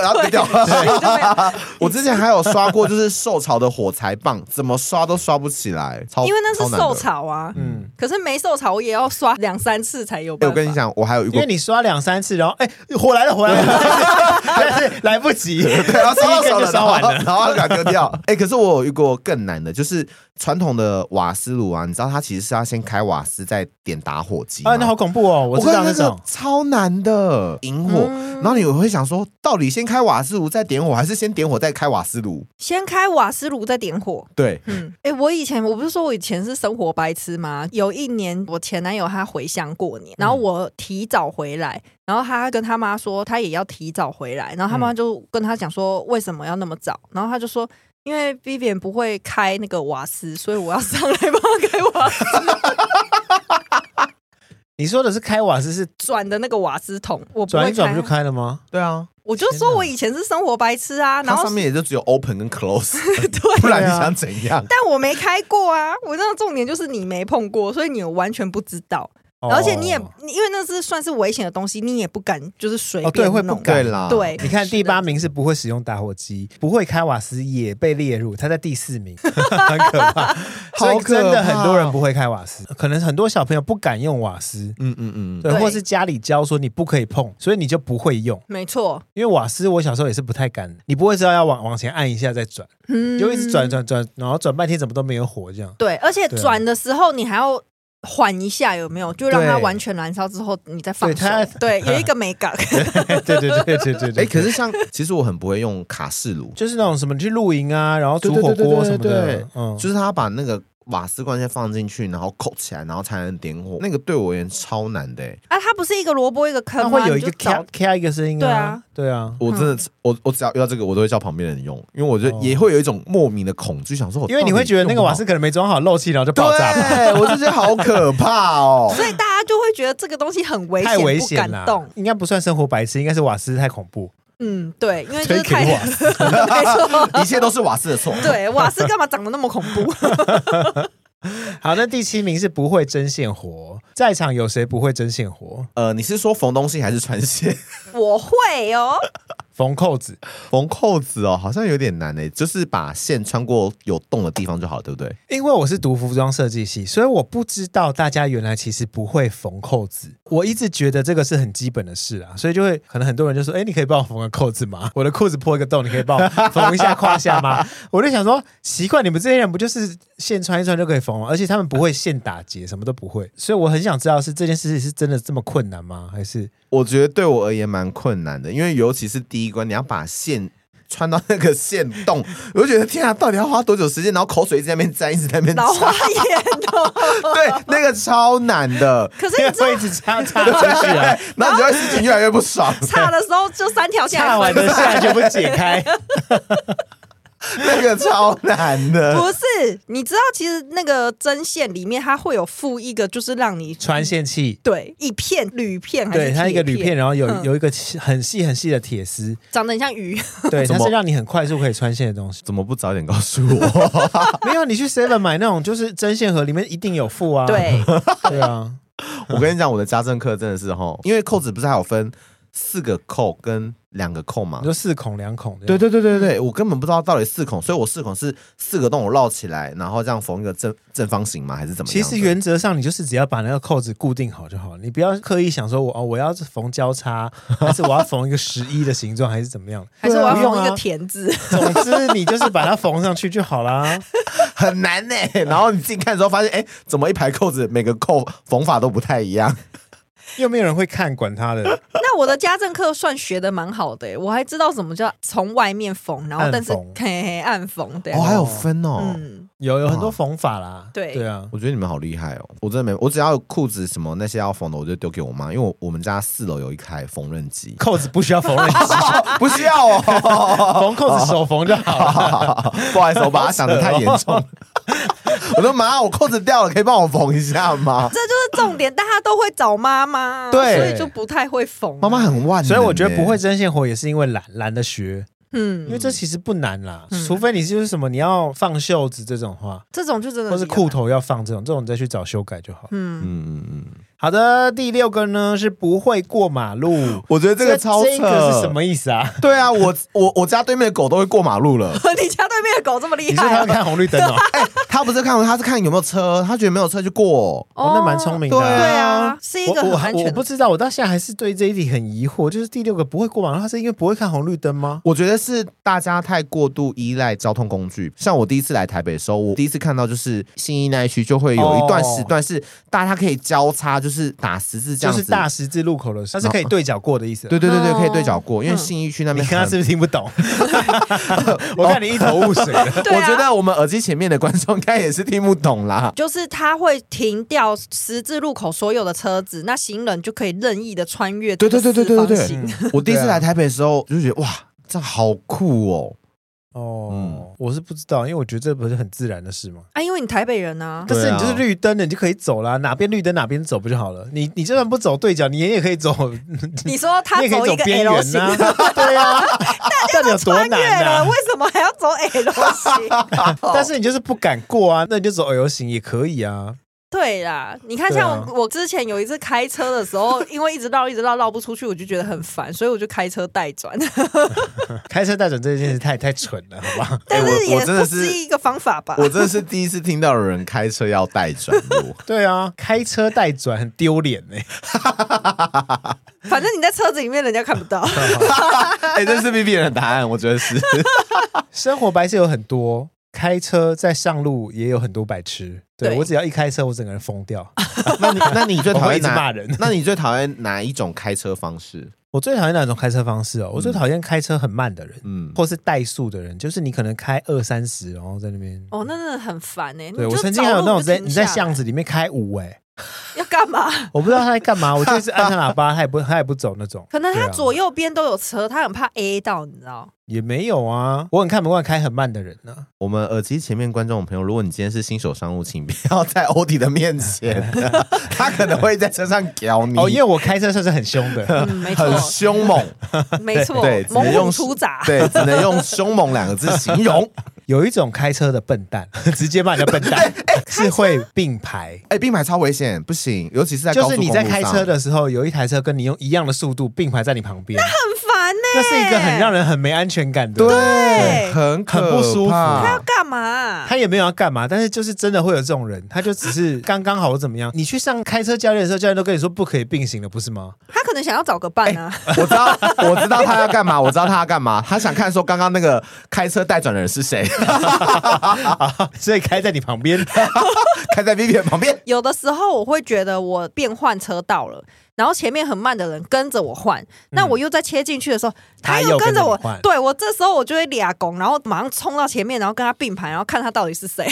[SPEAKER 3] 然后丢掉。
[SPEAKER 1] 就没有
[SPEAKER 3] 我之前还有刷过，就是受潮的火柴棒，怎么刷都刷不起来，超
[SPEAKER 1] 因为那是受。
[SPEAKER 3] 超难的
[SPEAKER 1] 潮啊。
[SPEAKER 2] 嗯，
[SPEAKER 1] 可是没受潮，我也要刷两三次才有
[SPEAKER 3] 哎、
[SPEAKER 1] 办法。
[SPEAKER 3] 我跟你讲，我还有遇
[SPEAKER 2] 因
[SPEAKER 3] 过
[SPEAKER 2] 为，你刷两三次，然后哎，火来了，火来 了，但是来不及，
[SPEAKER 3] 对，然后烧到
[SPEAKER 2] 第一
[SPEAKER 3] 手
[SPEAKER 2] 根
[SPEAKER 3] 了，
[SPEAKER 2] 就烧完了
[SPEAKER 3] 然后然后赶快丢掉。哎、可是我有遇过更难的，就是传统的瓦斯炉啊，你知道它其实是要先开瓦斯，再点打火机吗。
[SPEAKER 2] 啊，那好恐怖哦！我
[SPEAKER 3] 我
[SPEAKER 2] 知道
[SPEAKER 3] 看
[SPEAKER 2] 那
[SPEAKER 3] 那
[SPEAKER 2] 种
[SPEAKER 3] 个，超难的引火，然后你会想说，到底先开瓦斯炉再点火，还是先点火再开瓦斯炉？
[SPEAKER 1] 先开瓦斯炉再点火。
[SPEAKER 3] 对，
[SPEAKER 1] 嗯，哎、我以前我不是说我以前是生活白痴吗？有一年我前男友他回乡过年，然后我提早回来，然后他跟他妈说他也要提早回来，然后他妈就跟他讲说为什么要那么早，然后他就说。因为 Vivian 不会开那个瓦斯，所以我要上来帮他开瓦斯
[SPEAKER 2] 你说的是开瓦斯是
[SPEAKER 1] 转的那个瓦斯桶，我不会
[SPEAKER 2] 转
[SPEAKER 1] 开。
[SPEAKER 2] 一转不就开了吗？
[SPEAKER 3] 对啊，
[SPEAKER 1] 我就说我以前是生活白痴啊，然
[SPEAKER 3] 它
[SPEAKER 1] 后
[SPEAKER 3] 上面也就只有 open 跟 close，
[SPEAKER 1] 对，啊
[SPEAKER 3] 不然你
[SPEAKER 2] 啊
[SPEAKER 3] 想怎样？
[SPEAKER 1] 但我没开过啊。我那重点就是你没碰过，所以你完全不知道。而且你也
[SPEAKER 2] 哦，
[SPEAKER 1] 你因为那是算是危险的东西，你也不敢就是随
[SPEAKER 2] 哦
[SPEAKER 1] 便
[SPEAKER 2] 对会不
[SPEAKER 1] 弄
[SPEAKER 2] 敢
[SPEAKER 3] 对啦，
[SPEAKER 1] 对，
[SPEAKER 2] 你看
[SPEAKER 1] 哎是的
[SPEAKER 2] 第八，名是不会使用打火机，不会开瓦斯也被列入，他在第四名，很可怕。所以真的很多人不会开瓦斯，可能很多小朋友不敢用瓦斯。
[SPEAKER 3] 嗯嗯嗯，
[SPEAKER 2] 对，
[SPEAKER 1] 对
[SPEAKER 2] 或是家里教说你不可以碰，所以你就不会用。
[SPEAKER 1] 没错，
[SPEAKER 2] 因为瓦斯我小时候也是不太敢，你不会知道要往往前按一下再转，
[SPEAKER 1] 嗯
[SPEAKER 2] 就一直转。转转，然后转半天怎么都没有火 这样。
[SPEAKER 1] 对，而且
[SPEAKER 2] 对啊
[SPEAKER 1] 转的时候你还要缓一下，有没有？就让它
[SPEAKER 2] 对
[SPEAKER 1] 完全燃烧之后，你再放
[SPEAKER 2] 对
[SPEAKER 1] 手
[SPEAKER 2] 它。
[SPEAKER 1] 对，有一个美 感。
[SPEAKER 2] 对对对对对对。
[SPEAKER 3] 哎，可是像其实我很不会用卡式炉，
[SPEAKER 2] 就是那种什么你去露营啊，然后煮
[SPEAKER 3] 对对
[SPEAKER 2] 火
[SPEAKER 3] 对
[SPEAKER 2] 锅
[SPEAKER 3] 对
[SPEAKER 2] 什么
[SPEAKER 3] 对对
[SPEAKER 2] 的，嗯，
[SPEAKER 3] 就是他把那个瓦斯罐先放进去，然后扣起来，然后才能点火，那个对我而言超难的欸。
[SPEAKER 1] 啊，它不是一个萝卜一个
[SPEAKER 2] 它
[SPEAKER 1] 坑吗？
[SPEAKER 2] 会有一
[SPEAKER 1] 你
[SPEAKER 2] 个
[SPEAKER 1] 就找
[SPEAKER 2] 咔咔一个声音
[SPEAKER 1] 对
[SPEAKER 2] 啊
[SPEAKER 1] 啊，
[SPEAKER 2] 对啊，
[SPEAKER 3] 我真的，我我只要遇到这个，我都会叫旁边的人用，因为我觉得也会有一种莫名的恐惧，想说我
[SPEAKER 2] 哦因为你会觉得那个瓦斯可能没装好，漏气然后就爆炸
[SPEAKER 1] 啊
[SPEAKER 2] 嘛，
[SPEAKER 3] 对，我就觉得好可 怕哦。
[SPEAKER 1] 所以大家就会觉得这个东西很危
[SPEAKER 2] 太危
[SPEAKER 1] 险，不
[SPEAKER 2] 险
[SPEAKER 1] 敢
[SPEAKER 2] 了
[SPEAKER 1] 动。，
[SPEAKER 2] 应该不算生活白痴，应该是瓦斯太恐怖，
[SPEAKER 1] 嗯，对，因为就
[SPEAKER 2] 推
[SPEAKER 1] 是
[SPEAKER 2] 给
[SPEAKER 1] 太
[SPEAKER 2] 瓦
[SPEAKER 1] 没
[SPEAKER 2] 斯。
[SPEAKER 1] 错，
[SPEAKER 3] 一切都是瓦斯的错。
[SPEAKER 1] 对，瓦斯干嘛长得那么恐 怖？
[SPEAKER 2] 好，那第七名是不会针线活，在场有谁不会针线活？
[SPEAKER 3] 呃，你是说缝东西还是穿线？
[SPEAKER 1] 我会哦，
[SPEAKER 2] 缝扣子，
[SPEAKER 3] 缝扣子哦，好像有点难诶，就是把线穿过有洞的地方就好，对不对？
[SPEAKER 2] 因为我是读服装设计系，所以我不知道大家原来其实不会缝扣子。我一直觉得这个是很基本的事啊，所以就会可能很多人就说：“哎，你可以帮我缝个扣子吗？我的裤子破一个洞，你可以帮我缝一下胯下吗？” 我就想说，奇怪，你们这些人不就是线穿一穿就可以缝吗？而且他们不会线打结，什么都不会。所以我很想知道是这件事情是真的这么困难吗？还是
[SPEAKER 3] 我觉得对我而言蛮困难的，因为尤其是第一关，你要把线穿到那个线洞， 我就觉得天啊，到底要花多久时间？然后口水一直在那边沾，一直 在那边沾
[SPEAKER 1] 老，花眼哦。
[SPEAKER 3] 对，那个超难的。
[SPEAKER 1] 可是
[SPEAKER 2] 因
[SPEAKER 1] 你
[SPEAKER 2] 为
[SPEAKER 1] 知道
[SPEAKER 2] 会一直插插出去 啊，
[SPEAKER 3] 然后你就会心情越来越不爽，
[SPEAKER 1] 差的时候就三条线
[SPEAKER 2] 插完的下全部解开。
[SPEAKER 3] 那个超难
[SPEAKER 2] 呃
[SPEAKER 3] 的。
[SPEAKER 1] 不是，你知道，其实那个针线里面它会有附一个，就是让你
[SPEAKER 2] 穿线器，
[SPEAKER 1] 对一片铝片还是
[SPEAKER 2] 对，它一个
[SPEAKER 1] 铁
[SPEAKER 2] 铝片，，然后有
[SPEAKER 1] 嗯
[SPEAKER 2] 有一个细很细很细的铁丝，
[SPEAKER 1] 长得很像 鱼。
[SPEAKER 2] 对，
[SPEAKER 3] 怎
[SPEAKER 2] 它
[SPEAKER 3] 么。
[SPEAKER 2] 是让你很快速可以穿线的东西
[SPEAKER 3] 怎么不早点告诉我？
[SPEAKER 2] 没有，你去 Seven 买那种就是针线盒，里面一定有附啊。
[SPEAKER 1] 对，
[SPEAKER 2] 对啊，
[SPEAKER 3] 我跟你讲，我的家政课真的是哈，因为扣子不是还有分四个扣跟两个扣嘛
[SPEAKER 2] 你？说四孔两孔的。
[SPEAKER 3] 对对对对对，我根本不知道到底四孔，所以我四孔是四个洞我绕起来，然后这样缝一个正正方形吗？还是怎么
[SPEAKER 2] 其
[SPEAKER 3] 样的？
[SPEAKER 2] 实原则上你就是只要把那个扣子固定好就好，你不要刻意想说我哦我要缝交叉，还是我要缝一个十一的形状，还是怎么样？
[SPEAKER 1] 还是我要
[SPEAKER 2] 不
[SPEAKER 1] 用
[SPEAKER 2] 用
[SPEAKER 1] 一
[SPEAKER 2] 啊
[SPEAKER 1] 个田字，
[SPEAKER 2] 总之你就是把它缝上去就好啦。
[SPEAKER 3] 很难呢、 然后你自己看的时候发现，哎，怎么一排扣子每个扣缝法都不太一样？
[SPEAKER 2] 又没有人会看，管它的。
[SPEAKER 1] 那我的家政课算学的蛮好的、欸我还知道什么叫从外面缝，然后
[SPEAKER 2] 暗
[SPEAKER 1] 但是
[SPEAKER 2] 缝
[SPEAKER 1] 嘿嘿暗缝，对，
[SPEAKER 3] 哦，还有分哦。
[SPEAKER 1] 嗯，
[SPEAKER 2] 有有很多缝法啦。
[SPEAKER 1] 对
[SPEAKER 2] 对啊，，
[SPEAKER 3] 我觉得你们好厉害哦！我真的没，我只要有裤子什么那些要缝的，我就丢给我妈，因为我我们家四楼有一台缝纫机
[SPEAKER 2] 扣子不需要缝纫机，
[SPEAKER 3] 不需要哦。
[SPEAKER 2] 缝扣子手缝就好了。
[SPEAKER 3] 不好意思，我把它想的太严重了。我说妈，我扣子掉了，可以帮我缝一下吗
[SPEAKER 1] 这？就是重点，大家都会找妈妈，
[SPEAKER 2] 对
[SPEAKER 1] 所以就不太会缝、啊
[SPEAKER 3] 妈妈，很万能欸、
[SPEAKER 2] 所以我觉得不会针线活也是因为懒懒得学，因
[SPEAKER 1] 嗯，
[SPEAKER 2] 为这其实不难啦，
[SPEAKER 1] 嗯
[SPEAKER 2] 除非你就是什么你要放袖子这种话，
[SPEAKER 1] 这种就真的
[SPEAKER 2] 或是
[SPEAKER 1] 比较
[SPEAKER 2] 裤
[SPEAKER 1] 难，
[SPEAKER 2] 头要放这种，这种你再去找修改就好。
[SPEAKER 1] 嗯，
[SPEAKER 3] 嗯，嗯嗯，
[SPEAKER 2] 好的，第六个呢是不会过马路。
[SPEAKER 3] 我觉得这个超扯，
[SPEAKER 2] 这个是什？么意 思啊？
[SPEAKER 3] 对啊，我我我家对面的狗都会过马路了。
[SPEAKER 1] 你家对面的狗这么
[SPEAKER 2] 你
[SPEAKER 1] 厉
[SPEAKER 2] 说
[SPEAKER 1] 害
[SPEAKER 2] 他
[SPEAKER 1] 啊、
[SPEAKER 2] 要看红 绿灯哦？
[SPEAKER 3] 哎、他不是看，他是看有没有车，他觉得没有车就过。
[SPEAKER 2] 哦，那蛮聪明的
[SPEAKER 3] 对
[SPEAKER 2] 啊。
[SPEAKER 1] 对啊，是一个很
[SPEAKER 2] 我我
[SPEAKER 1] 安
[SPEAKER 2] 还我
[SPEAKER 1] 全
[SPEAKER 2] 不
[SPEAKER 1] 的。
[SPEAKER 2] 知道，我到现在还是对这一题很疑惑。就是第六个不会过马路，他是因为不会看红绿灯吗？
[SPEAKER 3] 我觉得是大家太过度依赖交通工具。像我第一次来台北的时候，我第一次看到就是信义那一区就会有一段
[SPEAKER 2] 哦
[SPEAKER 3] 时段是大家可以交叉，就是打十字这
[SPEAKER 2] 就
[SPEAKER 3] 样子。
[SPEAKER 2] 是大十字路口的时候，它是可以对角过的意思。
[SPEAKER 3] 对对对对，
[SPEAKER 1] 哦
[SPEAKER 3] 可以对角过，因为
[SPEAKER 1] 嗯
[SPEAKER 3] 信义区那
[SPEAKER 2] 你
[SPEAKER 3] 边
[SPEAKER 2] 看他是
[SPEAKER 3] 很。
[SPEAKER 2] 不是听不 懂？我看你一头雾水 了。
[SPEAKER 1] 对
[SPEAKER 3] 我觉
[SPEAKER 1] 啊，
[SPEAKER 3] 得我们耳机前面的观众应该也是听不
[SPEAKER 2] 啊
[SPEAKER 3] 懂啦。
[SPEAKER 1] 就是它会停掉十字路口所有的车子，那行人就可以任意的穿越这
[SPEAKER 3] 对
[SPEAKER 1] 个
[SPEAKER 3] 对
[SPEAKER 1] 四
[SPEAKER 3] 对
[SPEAKER 1] 方
[SPEAKER 3] 对
[SPEAKER 1] 形。
[SPEAKER 3] 对对对，我第一次
[SPEAKER 2] 对啊
[SPEAKER 3] 来台北的时候，就觉得哇，这样好酷哦。
[SPEAKER 2] 哦
[SPEAKER 3] 嗯，
[SPEAKER 2] 我是不知道，因为我觉得这不是很自然的事吗？
[SPEAKER 1] 啊，因为你台北人 啊，
[SPEAKER 2] 但
[SPEAKER 3] 对啊
[SPEAKER 2] 是你就是绿灯的，你就可以走啦，哪边绿灯哪边走不就好了？你你就算不走对角，你也可以走，
[SPEAKER 1] 你说他
[SPEAKER 2] 你也可
[SPEAKER 1] 走一
[SPEAKER 2] 以走
[SPEAKER 1] 个
[SPEAKER 2] 边
[SPEAKER 1] L
[SPEAKER 2] 缘啊
[SPEAKER 1] 型，
[SPEAKER 2] 呐、对啊，到底有多
[SPEAKER 1] 穿越
[SPEAKER 2] 难
[SPEAKER 1] 了，
[SPEAKER 2] 啊？
[SPEAKER 1] 为什么还要走 L 型？ 哦
[SPEAKER 2] 但是你就是不敢过啊，那你就走 L 型也可以啊。
[SPEAKER 1] 对啦，你看，
[SPEAKER 2] 对啊
[SPEAKER 1] 像我、我之前有一次开车的时候， 因为一直绕一直绕绕不出去，我就觉得很烦，所以我就开车带 转。
[SPEAKER 2] 开车带转这件事太太蠢了，好吧？
[SPEAKER 1] 但
[SPEAKER 3] 我
[SPEAKER 1] 是也
[SPEAKER 3] 我真的
[SPEAKER 1] 不
[SPEAKER 3] 是
[SPEAKER 1] 一个方法
[SPEAKER 2] 啊
[SPEAKER 1] 吧？
[SPEAKER 3] 我真的是第一次听到有人开车要带转 路。
[SPEAKER 2] 对啊，开车带转很丢脸 呢。
[SPEAKER 1] 反正你在车子里面，人家看不到。
[SPEAKER 3] 哎、这是 B B 人的答案，我觉得是。
[SPEAKER 2] 生活白痴有很多，开车在上路也有很多白痴。对
[SPEAKER 1] 对
[SPEAKER 2] 我只要一开车，我整个人疯掉，
[SPEAKER 3] 那你那你最
[SPEAKER 2] 我
[SPEAKER 3] 讨
[SPEAKER 2] 会一
[SPEAKER 3] 厌
[SPEAKER 2] 直骂
[SPEAKER 3] 哪？
[SPEAKER 2] 人。
[SPEAKER 3] 那你最讨厌哪一种开车方式？
[SPEAKER 2] 我最讨厌哪种开车方式
[SPEAKER 1] 嗯
[SPEAKER 2] 哦？我最讨厌开车很慢的人，
[SPEAKER 3] 嗯，
[SPEAKER 2] 或是怠速的人，就是你可能开二三十，然后在那边。
[SPEAKER 1] 哦，那真的很烦哎、你
[SPEAKER 2] 对
[SPEAKER 1] 就
[SPEAKER 2] 我曾经
[SPEAKER 1] 找
[SPEAKER 2] 还有
[SPEAKER 1] 路
[SPEAKER 2] 那种
[SPEAKER 1] 就
[SPEAKER 2] 在
[SPEAKER 1] 停
[SPEAKER 2] 你在
[SPEAKER 1] 下来
[SPEAKER 2] 巷子里面开五哎，
[SPEAKER 1] 要干嘛？
[SPEAKER 2] 我不知道他在 干嘛，我就一直按他喇叭，他也不他也不走那种。
[SPEAKER 1] 可能
[SPEAKER 2] 对
[SPEAKER 1] 他
[SPEAKER 2] 啊
[SPEAKER 1] 左右边都有车，他很怕 A 到，你知道？
[SPEAKER 2] 也没有啊，我很看不惯开很慢的人啊呢、
[SPEAKER 3] 我们耳机前面观众朋友，如果你今天是新手商务，请不要 在欧迪的面前，他可能会在车上咬你，
[SPEAKER 2] 哦，因为我开车算是很凶 的，
[SPEAKER 1] 嗯，没错，
[SPEAKER 3] 很凶猛，
[SPEAKER 1] 没错
[SPEAKER 3] 对，，只
[SPEAKER 1] 猛
[SPEAKER 3] 能
[SPEAKER 1] 虎
[SPEAKER 3] 用
[SPEAKER 1] 出闸。
[SPEAKER 3] 对，只能用凶猛两个字形容。
[SPEAKER 2] 有一种开车的笨蛋， 直接骂人家笨
[SPEAKER 1] 哎
[SPEAKER 2] 蛋，是会并排。
[SPEAKER 3] 哎、并排超危险，不行，尤其是在
[SPEAKER 2] 就
[SPEAKER 3] 高速
[SPEAKER 2] 是
[SPEAKER 3] 公路
[SPEAKER 2] 你
[SPEAKER 3] 上。
[SPEAKER 2] 在开车的时候，有一台车跟你用一样的速度并排在你旁边，
[SPEAKER 1] 很烦呢、
[SPEAKER 2] 那是一个很让人很没安全感的。
[SPEAKER 3] 对，很可
[SPEAKER 2] 很不舒服
[SPEAKER 3] 怕
[SPEAKER 1] 他要干嘛、啊？
[SPEAKER 2] 他也没有要干嘛，但是就是真的会有这种人，他就只是刚刚好怎么样。你去上开车教练的时候，教练都跟你说不可以并行的，不是吗？
[SPEAKER 1] 他可能想要找个伴啊。
[SPEAKER 2] 哎
[SPEAKER 3] 我知道，我知道他要干嘛，我知道他要干嘛。他想看说刚刚那个开车带转的人是谁， 啊
[SPEAKER 2] 所以开在你旁边，
[SPEAKER 3] 开在 Vivian 旁边。
[SPEAKER 1] 有的时候我会觉得我变换车道了，然后前面很慢的人跟着我换，那我又在切进去的时候，
[SPEAKER 2] 嗯他
[SPEAKER 1] 又
[SPEAKER 2] 又
[SPEAKER 1] 着我
[SPEAKER 2] 跟着你换，
[SPEAKER 1] 对我这时候我就会俩拱，然后马上冲到前面，然后跟他并排，然后看他到底是谁。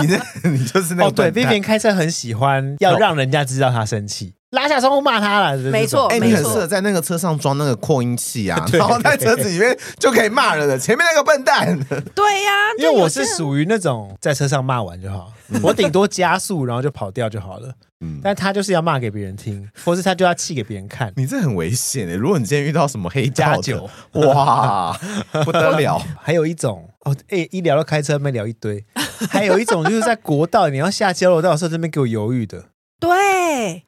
[SPEAKER 3] 你那，你就是 那
[SPEAKER 2] 哦，对
[SPEAKER 3] 个笨蛋
[SPEAKER 2] ，Vivian 开车很喜欢要让人家知道他生气，拉下窗户骂他了。
[SPEAKER 1] 没错
[SPEAKER 3] 哎、
[SPEAKER 2] 这种
[SPEAKER 3] 你
[SPEAKER 1] 没
[SPEAKER 3] 很
[SPEAKER 1] 错
[SPEAKER 3] 适合在那个车上装那个扩音器啊，
[SPEAKER 2] 对
[SPEAKER 3] 然后在车子里面就可以骂人了。前面那个笨蛋，
[SPEAKER 1] 对呀、就
[SPEAKER 2] 因为我是
[SPEAKER 1] 有些人
[SPEAKER 2] 属于那种在车上骂完就好，我顶多加速然后就跑掉就好了。
[SPEAKER 3] 嗯
[SPEAKER 2] 但他就是要骂给别人听，或是他就要气给别人看。
[SPEAKER 3] 你这很危险的、欸如果你今天遇到什么黑道
[SPEAKER 2] 加
[SPEAKER 3] 的
[SPEAKER 2] 酒，
[SPEAKER 3] 哇，不得了！
[SPEAKER 2] 还有一种哦，哎、一聊到开车没聊一堆，还有一种就是在国道你要下交流道的时候，这边给我犹豫的，
[SPEAKER 1] 对，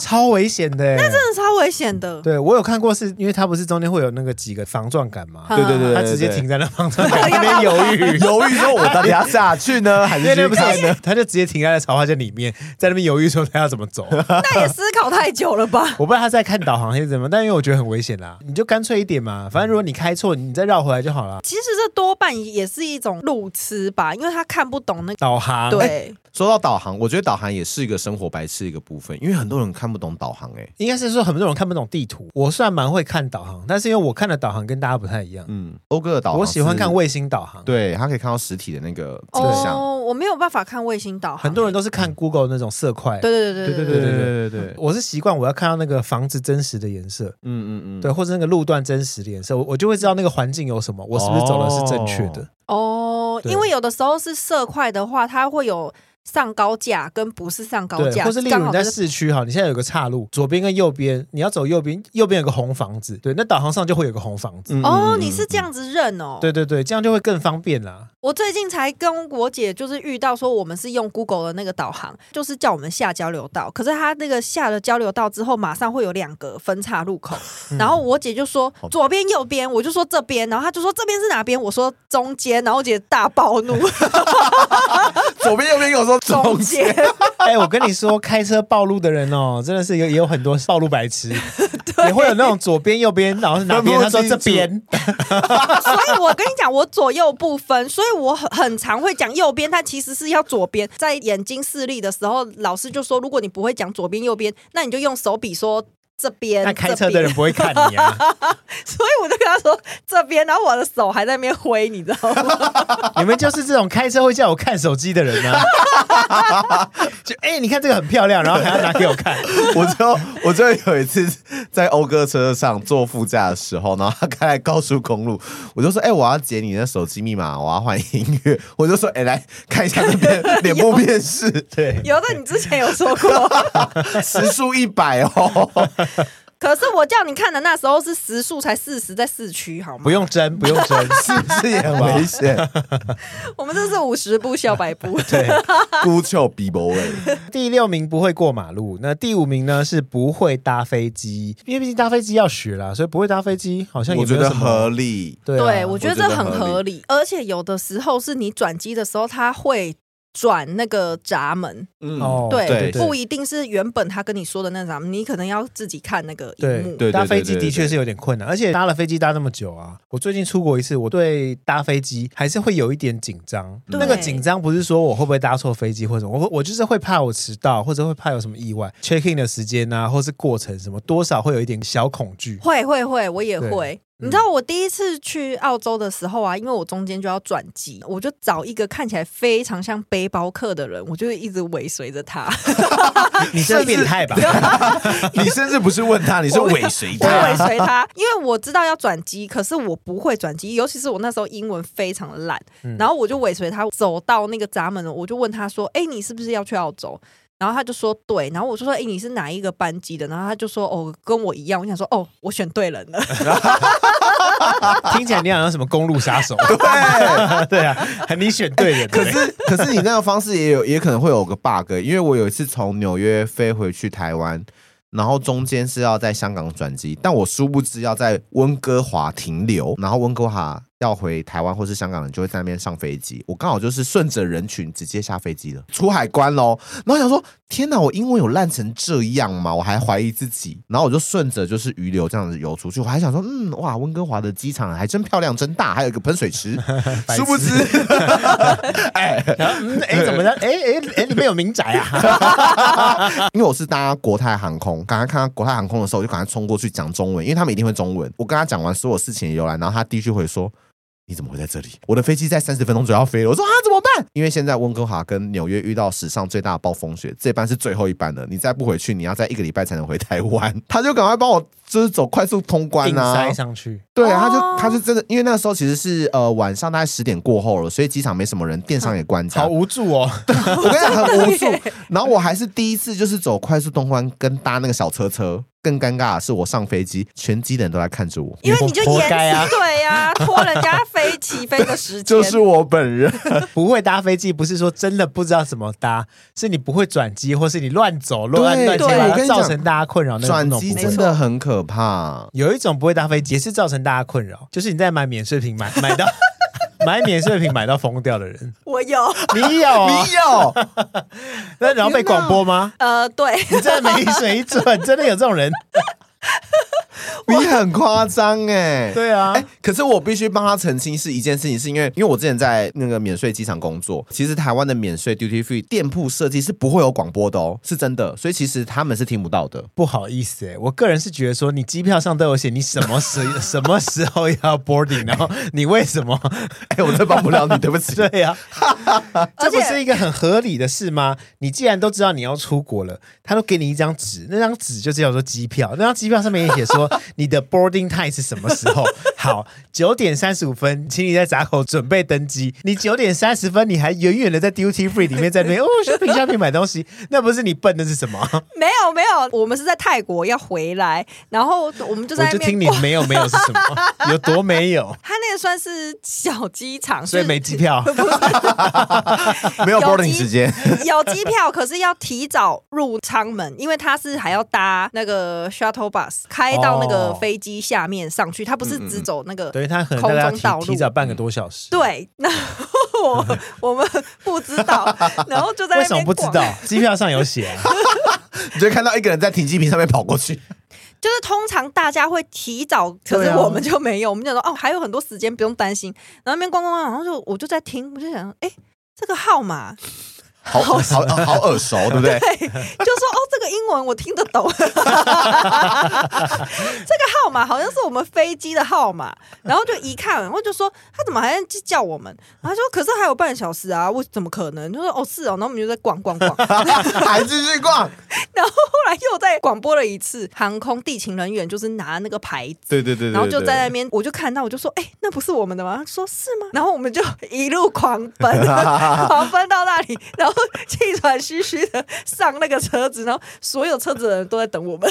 [SPEAKER 2] 超危险的、那
[SPEAKER 1] 真的超危险的。
[SPEAKER 2] 对我有看过是，因为他不是中间会有那个几个防撞杆吗？
[SPEAKER 1] 嗯
[SPEAKER 2] 他直接停在那防撞杆那边犹豫，
[SPEAKER 3] 犹豫说：“我到底要下去 呢，还
[SPEAKER 2] 因
[SPEAKER 3] 是
[SPEAKER 2] 为那
[SPEAKER 3] 去
[SPEAKER 2] 不是
[SPEAKER 3] 看呢
[SPEAKER 2] 他就直接停在潮花间里面，在那边犹豫说他要怎么走。
[SPEAKER 1] 那也思考太久了吧？
[SPEAKER 2] 我不知道他在看导航还是怎么，但因为我觉得很危险啦，你就干脆一点嘛，反正如果你开错，你再绕回来就好了。
[SPEAKER 1] 其实这多半也是一种路痴吧，因为他看不懂那个。
[SPEAKER 2] 导航，哎
[SPEAKER 1] 对，
[SPEAKER 3] 说到导航，我觉得导航也是一个生活白痴的一个部分，因为很多人看不懂导航、哎，
[SPEAKER 2] 应该是说很多人看不懂地图。我算蛮会看导航，但是因为我看的导航跟大家不太一样，
[SPEAKER 3] 嗯，欧哥的导航，
[SPEAKER 2] 我喜欢看，卫星导航。，
[SPEAKER 3] 对他可以看到实体的那个景象。
[SPEAKER 1] 哦，我没有办法看卫星导航，
[SPEAKER 2] 很多人都是
[SPEAKER 3] 嗯
[SPEAKER 2] 看 Google 那种色块。
[SPEAKER 1] 对对对
[SPEAKER 3] 对
[SPEAKER 1] 对
[SPEAKER 3] 对
[SPEAKER 1] 对
[SPEAKER 3] 对对对对，
[SPEAKER 2] 我是习惯我要看到那个房子真实的颜色，
[SPEAKER 3] 嗯嗯嗯，
[SPEAKER 2] 对，或者那个路段真实的颜色，我我就会知道那个环境有什么，我是不是走的是正确的。
[SPEAKER 1] 哦，
[SPEAKER 2] 对
[SPEAKER 1] 因为有的时候是色块的话，它会有上高架跟不是上高
[SPEAKER 2] 对，
[SPEAKER 1] 架，
[SPEAKER 2] 或是例
[SPEAKER 1] 刚
[SPEAKER 2] 如你
[SPEAKER 1] 好
[SPEAKER 2] 在
[SPEAKER 1] 就是
[SPEAKER 2] 市区哈，你现在有个岔路，左边跟右边，你要走右边，右边有个红房子，对，那导航上就会有个红房子，
[SPEAKER 3] 嗯
[SPEAKER 1] 哦，
[SPEAKER 3] 嗯
[SPEAKER 1] 你是这样子认哦。
[SPEAKER 2] 对对对，这样就会更方便啦。
[SPEAKER 1] 我最近才跟我姐就是遇到说，我们是用 Google 的那个导航，就是叫我们下交流道，可是她那个下了交流道之后，马上会有两个分岔路口，
[SPEAKER 2] 嗯
[SPEAKER 1] 然后我姐就说
[SPEAKER 5] 好
[SPEAKER 1] 左边右边，我就说这边，然后她就说这边是哪边，我说中间，然后我姐大暴 怒，
[SPEAKER 3] 左边右边跟我说
[SPEAKER 1] 中
[SPEAKER 3] 中间，
[SPEAKER 1] 间，
[SPEAKER 2] 哎，我跟你说，开车暴路的人哦，真的是有也有很多暴路白 痴，也会有那种左边右边，然后是哪边，他
[SPEAKER 5] 分不
[SPEAKER 2] 说
[SPEAKER 5] 清楚
[SPEAKER 2] 这边，
[SPEAKER 1] 所以我跟你讲，我左右不分，所以我很很常会讲右边，但其实是要左边。在眼睛视力的时候，老师就说，如果你不会讲左边右边，那你就用手比说。这边，
[SPEAKER 2] 那开
[SPEAKER 1] 这
[SPEAKER 2] 车的
[SPEAKER 1] 边
[SPEAKER 2] 人不会看你啊，
[SPEAKER 1] 所以我就跟他说这边，然后我的手还在那边挥，你知道吗？
[SPEAKER 2] 你们就是这种开车会叫我看手机的人啊。 就哎、你看这个很漂亮，然后还要拿给我看，
[SPEAKER 5] 我就
[SPEAKER 3] 我就有一次在欧哥车上坐副驾的时候，然后他开来高速公路，我就说：“哎、我要解你的手机密码，我要换音乐。”我就说：“哎、来看一下 这边脸部辨识，
[SPEAKER 2] 对，
[SPEAKER 1] 有的你之前有说 过，
[SPEAKER 3] 时速一百哦。
[SPEAKER 1] 可是我叫你看的那时候是时速才四十，在市区好吗
[SPEAKER 2] 不？用争，不用争， 是”
[SPEAKER 3] 这也很危险，
[SPEAKER 1] 我们这是五十步笑百步，
[SPEAKER 2] 对。
[SPEAKER 3] 孤丘比博伟。
[SPEAKER 2] 第六名不会过马路，那第五名呢是不会搭飞机，因为毕竟搭飞机要学啦，所以不会搭飞机好像也
[SPEAKER 3] 我
[SPEAKER 2] 没
[SPEAKER 3] 觉
[SPEAKER 2] 有
[SPEAKER 3] 得
[SPEAKER 2] 什
[SPEAKER 3] 合
[SPEAKER 2] 么。
[SPEAKER 3] 理。
[SPEAKER 2] 对啊
[SPEAKER 1] 对，我觉得这
[SPEAKER 3] 我觉得
[SPEAKER 1] 很
[SPEAKER 3] 合
[SPEAKER 1] 合理，而且有的时候是你转机的时候，他会转那个闸门，
[SPEAKER 3] 嗯
[SPEAKER 2] 哦，
[SPEAKER 1] 对
[SPEAKER 2] 对
[SPEAKER 1] 不
[SPEAKER 2] 对
[SPEAKER 1] 一定是原本他跟你说的那闸门，你可能要自己看那个荧幕。
[SPEAKER 3] 对
[SPEAKER 2] 搭飞机
[SPEAKER 3] 对对
[SPEAKER 2] 的确是有点困难，而且搭了飞机搭那么久啊，我最近出国一次，我对搭飞机还是会有一点紧张。
[SPEAKER 1] 对
[SPEAKER 3] 嗯
[SPEAKER 2] 那个紧张不是说我会不会搭错飞机或者什么，我我就是会怕我迟到，或者会怕有什么意外，check in 的时间啊，或是过程什么，多少会有一点小恐惧。
[SPEAKER 1] 会会会，我也
[SPEAKER 2] 对
[SPEAKER 1] 会。你
[SPEAKER 2] 嗯
[SPEAKER 1] 知道我第一次去澳洲的时候啊，因为我中间就要转机，我就找一个看起来非常像背包客的人，我就一直尾随着 他，
[SPEAKER 2] 你这变态吧？
[SPEAKER 5] 你甚至不是问他，你是尾随
[SPEAKER 1] 我
[SPEAKER 5] 他。
[SPEAKER 1] 尾随他，因为我知道要转机，可是我不会转机，尤其是我那时候英文非常烂，
[SPEAKER 2] 嗯
[SPEAKER 1] 然后我就尾随他走到那个闸门了，我就问他说：“哎、你是不是要去澳洲？”然后他就说对，然后我就说：“哎、你是哪一个班机的？”然后他就说：“哦，跟我一样。”我想说：“哦，我选对人了。”
[SPEAKER 2] 听起来你好像什么公路杀手，对啊，你选对人了。
[SPEAKER 3] 可是，可是你那个方式也有，也可能会有个 bug，因为我有一次从纽约飞回去台湾，然后中间是要在香港转机，但我殊不知要在温哥华停留，然后温哥华要回台湾或是香港人就会在那边上飞机，我刚好就是顺着人群直接下飞机了，出海关喽。然后想说，天哪，我英文有烂成这样吗？我还怀疑自己，然后我就顺着就是余流这样子游出去，我还想说，嗯，哇，温哥华的机场还真漂亮，真大，还有一个喷水池，殊不知。
[SPEAKER 2] 然后嗯，哎，怎么了？哎哎哎，里面有民宅啊！
[SPEAKER 3] 因为我是搭国泰航空，刚刚看到国泰航空的时候，我就赶快冲过去讲中文，因为他们一定会中文。我跟他讲完所有事情的由来，然后他第一句会说：“你怎么会在这里？我的飞机在三十分钟就要飞了。”我说：“啊，怎么办？”因为现在温哥华跟纽约遇到史上最大的暴风雪，这班是最后一班了，你再不回去，你要在一个礼拜才能回台湾。 他就赶快帮我就是走快速通关
[SPEAKER 2] 硬
[SPEAKER 3] 啊，
[SPEAKER 2] 塞上去，
[SPEAKER 3] 对，
[SPEAKER 1] 哦
[SPEAKER 3] 他就他就真的，因为那个时候其实是呃晚上大概十点过后了，所以机场没什么人，电商也关掉
[SPEAKER 2] 好。无助 哦。
[SPEAKER 3] 我跟你讲很无
[SPEAKER 1] 真的
[SPEAKER 3] 助。然后我还是第一次就是走快速通关跟搭那个小车车。更尴尬的是，我上飞机，全机的人都在看着我，
[SPEAKER 1] 因为你就
[SPEAKER 2] 活
[SPEAKER 1] 延迟、
[SPEAKER 2] 该啊
[SPEAKER 1] 对呀、拖人家飞起飞的时间。
[SPEAKER 3] 就是我本人。
[SPEAKER 2] 不会搭飞机，不是说真的不知道怎么搭，是你不会转机，或是你乱走乱
[SPEAKER 1] 对
[SPEAKER 2] 乱切，
[SPEAKER 1] 我
[SPEAKER 2] 把
[SPEAKER 3] 跟
[SPEAKER 2] 它
[SPEAKER 3] 你讲
[SPEAKER 2] 造成大家困扰。 那
[SPEAKER 3] 转
[SPEAKER 2] 种
[SPEAKER 3] 机
[SPEAKER 2] 那种
[SPEAKER 3] 真
[SPEAKER 2] 不会。
[SPEAKER 3] 的很可怕。
[SPEAKER 2] 有一种不会搭飞机，也是造成大家困扰，就是你在买免税品买买到 买免税品买到疯掉的人，
[SPEAKER 1] 我有，
[SPEAKER 2] 你有啊？
[SPEAKER 3] 你有，
[SPEAKER 2] 那然后被广播吗？
[SPEAKER 1] 呃，对，
[SPEAKER 2] 你真的没水准，真的有这种人？
[SPEAKER 3] 你很夸张哎。
[SPEAKER 2] 对啊
[SPEAKER 3] 哎、，可是我必须帮他澄清是一件事情，是因为因为我之前在那个免税机场工作，其实台湾的免税 duty free 店铺设计是不会有广播的哦，是真的，所以其实他们是听不到的。
[SPEAKER 2] 不好意思、欸，我个人是觉得说，你机票上都有写你什么时 什么时候要 boarding，然后你为什么？
[SPEAKER 3] 哎、我真帮不了你，对不起。
[SPEAKER 2] 对呀、这
[SPEAKER 1] 而
[SPEAKER 2] 不是
[SPEAKER 1] 且
[SPEAKER 2] 一个很合理的事吗？你既然都 知道你要出国了，他都给你一张纸，那张纸就叫做机票，那张机票上面也写说你的 boarding time 是什么时候？好，九点三十五分，请你在闸口准备登机。你九点三十分，你还远远的在 duty free 里面在那边哦 shopping shopping 买东西，那不是你笨的是什么？
[SPEAKER 1] 没有没有，我们是在泰国要回来，然后我们就
[SPEAKER 2] 我
[SPEAKER 1] 在那
[SPEAKER 2] 就听
[SPEAKER 1] 边
[SPEAKER 2] 你
[SPEAKER 1] 逛。
[SPEAKER 2] 没有没有是 什么，有多没有，
[SPEAKER 1] 他那个算是小机场，
[SPEAKER 2] 所以
[SPEAKER 1] 就是
[SPEAKER 2] 没机票。
[SPEAKER 3] 没有
[SPEAKER 1] 有
[SPEAKER 3] boarding
[SPEAKER 1] 机
[SPEAKER 3] 时间，
[SPEAKER 1] 有机票，可是要提早入舱门，因为它是还要搭那个 shuttle bus 开到那个
[SPEAKER 2] 哦嗯
[SPEAKER 1] 飞机下面上去，它不是只走那个。
[SPEAKER 2] 对他可能大家
[SPEAKER 1] 空中道路嗯
[SPEAKER 2] 提提早半个多小时。，
[SPEAKER 1] 对， 然后我 我们不知 道，然后就在
[SPEAKER 2] 为
[SPEAKER 1] 那
[SPEAKER 2] 什么
[SPEAKER 1] 边
[SPEAKER 2] 不知
[SPEAKER 1] 逛。
[SPEAKER 2] 道？机票上有写啊。
[SPEAKER 3] 你就会看到一个人在停机坪上面跑过去，
[SPEAKER 1] 就是通常大家会提早，可
[SPEAKER 2] 对
[SPEAKER 1] 是
[SPEAKER 2] 啊
[SPEAKER 1] 我们就没有，我们就说哦，还有很多时间，不用担心。然后那边逛逛逛，然后就我就在听，我就想，哎、这个号码，
[SPEAKER 3] 好好好好耳熟，对不对？
[SPEAKER 1] 对，就说哦，这个英文我听得懂， 这个号码好像是我们飞机的号码，然后就一看，然后就说他怎么还在叫我们？然后他说可是还有半小时啊，我怎么可能？就说哦是哦，然后我们就在逛逛 逛，后
[SPEAKER 3] 还继续逛，
[SPEAKER 1] 来又在广播了一次，航空地勤人员就是拿那个牌子。
[SPEAKER 3] 对对对对
[SPEAKER 1] 然后就
[SPEAKER 3] 对
[SPEAKER 1] 在那边，我就看到，我就说：“哎、那不是我们的吗？”他说：“是吗？”然后我们就一路狂奔， 狂奔到那里，然后气喘吁吁的上那个车子，然后所有车子的人都在等我们。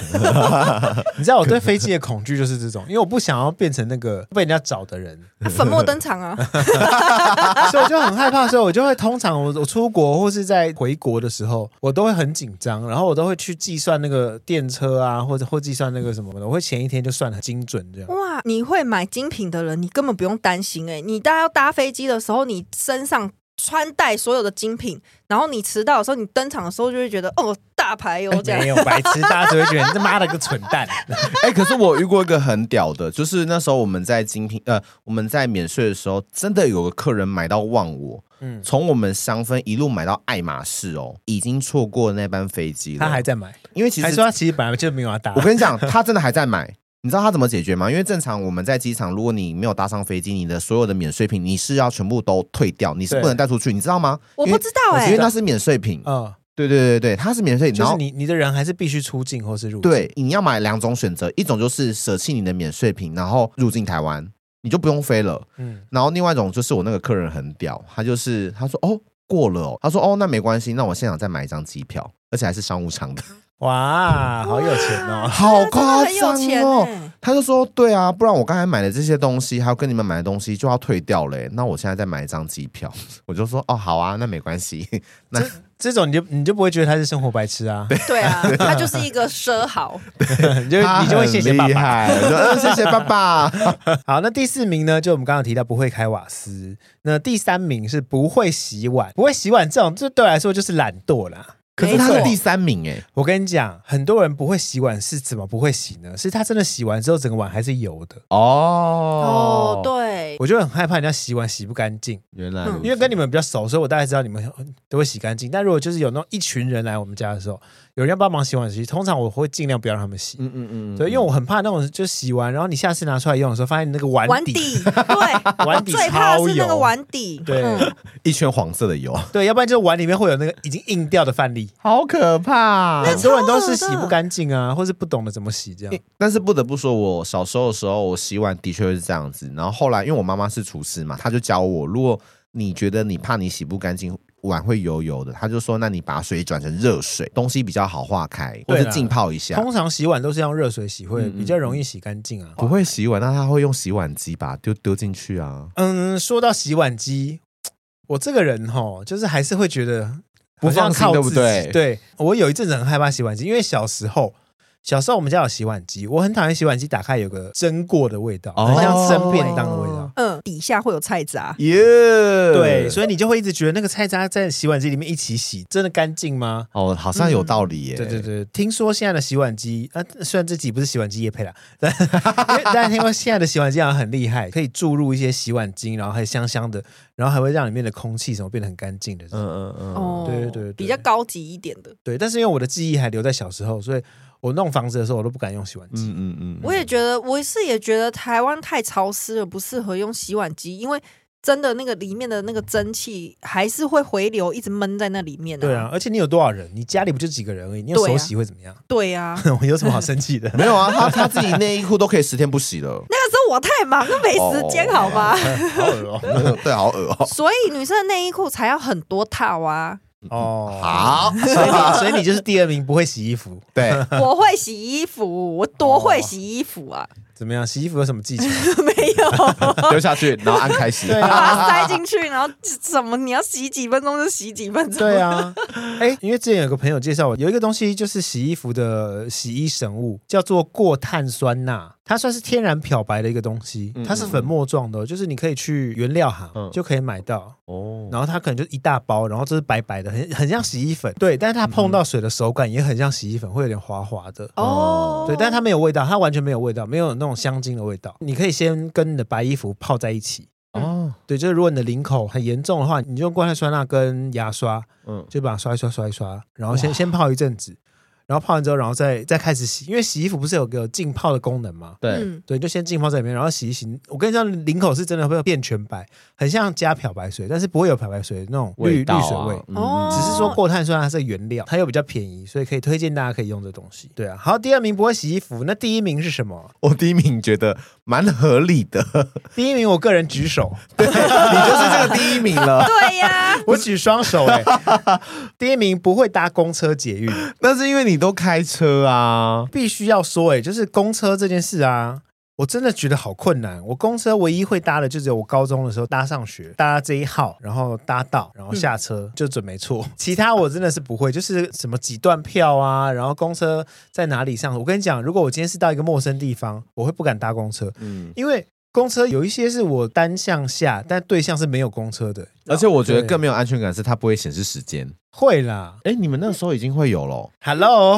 [SPEAKER 2] 你知道我对飞机的恐惧就是这种，因为我不想要变成那个被人家找的人，
[SPEAKER 1] 粉墨登场啊！
[SPEAKER 2] 所以我就很害怕。所以我就会通常我我出国或是在回国的时候，我都会很紧张，然后我都会去计算那个电车啊，或者或计算那个什么的，我会前一天就算得很精准这样。
[SPEAKER 1] 哇，你会买精品的人，你根本不用担心哎、你大家要搭飞机的时候，你身上穿戴所有的精品，然后你迟到的时候，你登场的时候就会觉得哦，大牌哟、这样
[SPEAKER 2] 没。有白痴，大家只会觉得你他妈的个蠢 蛋。
[SPEAKER 3] 哎、可是我遇过一个很屌的，就是那时候我们在精品呃，我们在免税的时候，真的有个客人买到忘我，
[SPEAKER 2] 嗯，
[SPEAKER 3] 从我们香氛一路买到爱马仕哦，已经错过那班飞机了。
[SPEAKER 2] 他还在买，
[SPEAKER 3] 因为其
[SPEAKER 2] 还
[SPEAKER 3] 实
[SPEAKER 2] 说他其实本来就没有要搭
[SPEAKER 3] 我。跟你讲，他真的还在买。你知道他怎么解决吗？因为正常我们在机场，如果你没有搭上飞机，你的所有的免税品你是要全部都退掉，你是
[SPEAKER 2] 对
[SPEAKER 3] 不能带出去，你知道吗？
[SPEAKER 1] 我
[SPEAKER 3] 因
[SPEAKER 1] 不
[SPEAKER 3] 为
[SPEAKER 1] 知道哎、
[SPEAKER 3] 因为那是免税品。
[SPEAKER 2] 嗯，
[SPEAKER 3] 对对对对，它是免税品，
[SPEAKER 2] 就
[SPEAKER 3] 然后
[SPEAKER 2] 是你你的人还是必须出境或是入境。
[SPEAKER 3] 对，你要买两种选择，一种就是舍弃你的免税品，然后入境台湾，你就不用飞了。
[SPEAKER 2] 嗯，
[SPEAKER 3] 然后另外一种就是我那个客人很屌，他就是他说哦过了哦，他说哦那没关系，那我现场再买一张机票，而且还是商务舱的，
[SPEAKER 2] 哇，好有钱
[SPEAKER 1] 哇
[SPEAKER 2] 哦！
[SPEAKER 3] 好
[SPEAKER 1] 啊真的
[SPEAKER 3] 夸
[SPEAKER 1] 很有
[SPEAKER 3] 张
[SPEAKER 1] 钱
[SPEAKER 3] 哦。
[SPEAKER 1] 哎
[SPEAKER 3] 他就说对啊，不然我刚才买的这些东西，还有跟你们买的东西就要退掉嘞，那我现在再买一张机票， 我就说哦好啊，那没关系，
[SPEAKER 2] 这种你就你就不会觉得他是生活白痴啊？
[SPEAKER 1] 对啊，他就是一个 奢豪。
[SPEAKER 2] 你就你就会谢谢爸
[SPEAKER 3] 他很厉
[SPEAKER 2] 爸。
[SPEAKER 3] 害，我说嗯谢谢爸 爸。
[SPEAKER 2] 好，那第四名呢？就我们刚刚有提到不会开瓦斯，那第三名是不会洗碗，不会洗碗这种，这对我来说就是懒惰啦。
[SPEAKER 3] 可是
[SPEAKER 1] 没
[SPEAKER 3] 他是
[SPEAKER 1] 错
[SPEAKER 3] 第三名哎、
[SPEAKER 2] 我跟你讲，很多人不会洗碗是怎么不会洗呢？是他真的洗完之后，整个碗还是油的。
[SPEAKER 3] 哦
[SPEAKER 1] 哦，对，
[SPEAKER 2] 我就很害怕人家洗碗洗不干净，
[SPEAKER 3] 原来
[SPEAKER 1] 嗯
[SPEAKER 3] 如此
[SPEAKER 2] 因为跟你们比较熟，所以我大概知道你们嗯都会洗干净。但如果就是有那种一群人来我们家的时候，有人要帮忙洗碗，其实通常我会尽量不要让他们洗。
[SPEAKER 3] 嗯嗯嗯，
[SPEAKER 2] 对，因为我很怕那种，就洗完，然后你下次拿出来用的时候，发现你那个碗
[SPEAKER 1] 碗
[SPEAKER 2] 底，
[SPEAKER 1] 底，对，
[SPEAKER 2] 碗
[SPEAKER 1] 我
[SPEAKER 2] 底
[SPEAKER 1] 最怕的
[SPEAKER 2] 超
[SPEAKER 1] 是那个
[SPEAKER 2] 油
[SPEAKER 1] 碗底，
[SPEAKER 2] 对、
[SPEAKER 1] 嗯
[SPEAKER 3] 一圈黄色的油，
[SPEAKER 2] 对，要不然就是碗里面会有那个已经硬掉的饭粒。
[SPEAKER 3] 好可怕
[SPEAKER 2] 很多人都是洗
[SPEAKER 1] 超恶的
[SPEAKER 2] 不干净啊，或是不懂得怎么洗这样。
[SPEAKER 3] 但是不得不说，我小时候的时候，我洗碗的确是这样子。然后后来，因为我妈妈是厨师嘛，她就教我，如果你觉得你怕你洗不干净，碗会油油的，她就说，那你把水转成热水，东西比较好化开，或
[SPEAKER 2] 对啦
[SPEAKER 3] 是浸泡一下。
[SPEAKER 2] 通常洗碗都是用热水洗，会
[SPEAKER 3] 嗯嗯
[SPEAKER 2] 比较容易洗干净啊。
[SPEAKER 3] 不会洗碗，那她会用洗碗机把丢丢进去啊。
[SPEAKER 2] 嗯，说到洗碗机，我这个人哈，就是还是会觉得
[SPEAKER 3] 不放心
[SPEAKER 2] 好像靠
[SPEAKER 3] 对不对
[SPEAKER 2] 自己对我有一阵子很害怕洗碗机，因为小时候。小时候我们家有洗碗机，我很讨厌洗碗机打开有个蒸过的味道，
[SPEAKER 3] 哦
[SPEAKER 2] 很像蒸便当的味道。
[SPEAKER 1] 嗯，底下会有菜渣。
[SPEAKER 3] 耶、
[SPEAKER 2] 对，所以你就会一直觉得那个菜渣在洗碗机里面一起洗，真的干净吗？
[SPEAKER 3] 哦，好像有道理耶、
[SPEAKER 2] 嗯对对对，听说现在的洗碗机，啊，虽然这集不是洗碗机也配啦， 但因为大家听说现在的洗碗机好像很厉害，可以注入一些洗碗精，然后还香香的，然后还会让里面的空气什么变得很干净的。
[SPEAKER 3] 嗯嗯嗯，
[SPEAKER 1] 哦
[SPEAKER 2] 对对嗯对
[SPEAKER 1] 比较高级一点的。
[SPEAKER 2] 对，但是因为我的记忆还留在小时候，所以我弄房子的时候我都不敢用洗碗机。
[SPEAKER 3] 嗯嗯嗯，
[SPEAKER 1] 我也觉得，我是也觉得台湾太潮湿了，不适合用洗碗机，因为真的那个里面的那个蒸汽还是会回流，一直闷在那里面、
[SPEAKER 2] 对 啊，，而且你有多少人？你家里不就几个人而已，你有
[SPEAKER 1] 对
[SPEAKER 2] 手
[SPEAKER 1] 啊
[SPEAKER 2] 洗会怎么样？
[SPEAKER 1] 对啊。。
[SPEAKER 2] 我有什么好生 气的？
[SPEAKER 3] 没有啊，他他自己内衣裤都可以十天不洗了
[SPEAKER 1] 那个时候我太忙，没时间，
[SPEAKER 3] 哦
[SPEAKER 1] 好吗？
[SPEAKER 2] 好恶哦
[SPEAKER 3] 对，好恶哦、
[SPEAKER 1] 所以女生的内衣裤才要很多套啊！
[SPEAKER 2] 哦，
[SPEAKER 3] 好，
[SPEAKER 2] 所以你所以你就是第二名，不会洗衣服，
[SPEAKER 3] 对，
[SPEAKER 1] 我会洗衣服，我多会洗衣服啊！
[SPEAKER 2] 怎么样？洗衣服有什么技巧？
[SPEAKER 1] 没有，
[SPEAKER 3] 丢下去，然后按开始。
[SPEAKER 2] 对啊
[SPEAKER 1] 把它塞进去，然后什么你要洗几分钟就洗几 分钟。
[SPEAKER 2] 对啊，哎、因为之前有个朋友介绍我，有一个东西就是洗衣服的洗衣神物，叫做过碳酸钠，它算是天然漂白的一个东西，它是粉末状的哦，就是你可以去原料行、
[SPEAKER 6] 嗯
[SPEAKER 2] 就可以买到，
[SPEAKER 6] 哦，
[SPEAKER 2] 然后它可能就一大包，然后这是白白的，很很像洗衣粉，对，但是它碰到水的手感也很像洗衣粉，会有点滑滑的。
[SPEAKER 1] 哦，
[SPEAKER 2] 对，但是它没有味道，它完全没有味道，没有那种香精的味道。你可以先跟你的白衣服泡在一起，
[SPEAKER 3] 嗯
[SPEAKER 6] 哦，
[SPEAKER 2] 对，就是如果你的领口很严重的话，你就用过碳酸钠跟牙刷，
[SPEAKER 6] 嗯，
[SPEAKER 2] 就把它刷一刷刷一刷，然后先先泡一阵子，然后泡完之后，然后再再开始洗，因为洗衣服不是有个浸泡的功能吗？
[SPEAKER 6] 对，
[SPEAKER 1] 嗯，
[SPEAKER 2] 对，就先浸泡在里面，然后洗一洗。我跟你讲，领口是真的会变全白，很像加漂白水，但是不会有漂白水的那种绿、
[SPEAKER 6] 味道
[SPEAKER 2] 绿
[SPEAKER 6] 啊
[SPEAKER 2] 水味。
[SPEAKER 6] 嗯
[SPEAKER 1] 哦
[SPEAKER 2] 只是说过碳酸钠是原料，它又比较便宜，所以可以推荐大家可以用这东西。对啊，好，第二名不会洗衣服，那第一名是什么？
[SPEAKER 3] 我第一名觉得蛮合理 的，
[SPEAKER 2] 第一名我个人 举手，
[SPEAKER 3] 你就是这个第一名了。
[SPEAKER 1] 对呀，
[SPEAKER 2] 我举双手哎、第一名不会搭公车捷运，
[SPEAKER 3] 那是因为你都开车啊。
[SPEAKER 2] 必须要说、欸，哎，就是公车这件事啊，我真的觉得好困难。我公车唯一会搭的，就只有我高中的时候搭上学，搭这一号，然后搭到，然后
[SPEAKER 3] 嗯
[SPEAKER 2] 下车、就准没错。其他我真的是不会，就是什么几段票啊，然后公车在哪里上。我跟你讲，如果我今天是到一个陌生地方，我会不敢搭公车，
[SPEAKER 6] 嗯，
[SPEAKER 2] 因为公车有一些是我单向下，但对象是没有公车的。
[SPEAKER 3] 而且我觉得
[SPEAKER 2] 对
[SPEAKER 3] 更没有安全感是它不会显示时间。
[SPEAKER 2] 会啦
[SPEAKER 3] 哎，你们那时候已经会有了。
[SPEAKER 1] 那
[SPEAKER 2] ，Hello，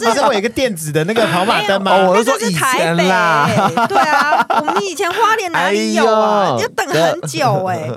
[SPEAKER 1] 个
[SPEAKER 2] 不
[SPEAKER 1] 是
[SPEAKER 2] 是会有一个电子的那个跑马灯吗？
[SPEAKER 3] 哦我
[SPEAKER 1] 那
[SPEAKER 3] 是说
[SPEAKER 1] 个
[SPEAKER 3] 以
[SPEAKER 1] 是台
[SPEAKER 3] 前
[SPEAKER 1] 北
[SPEAKER 3] 啦，
[SPEAKER 1] 对啊，我们以前花莲哪里有啊
[SPEAKER 6] 哎？呦
[SPEAKER 1] 要等很久 哎。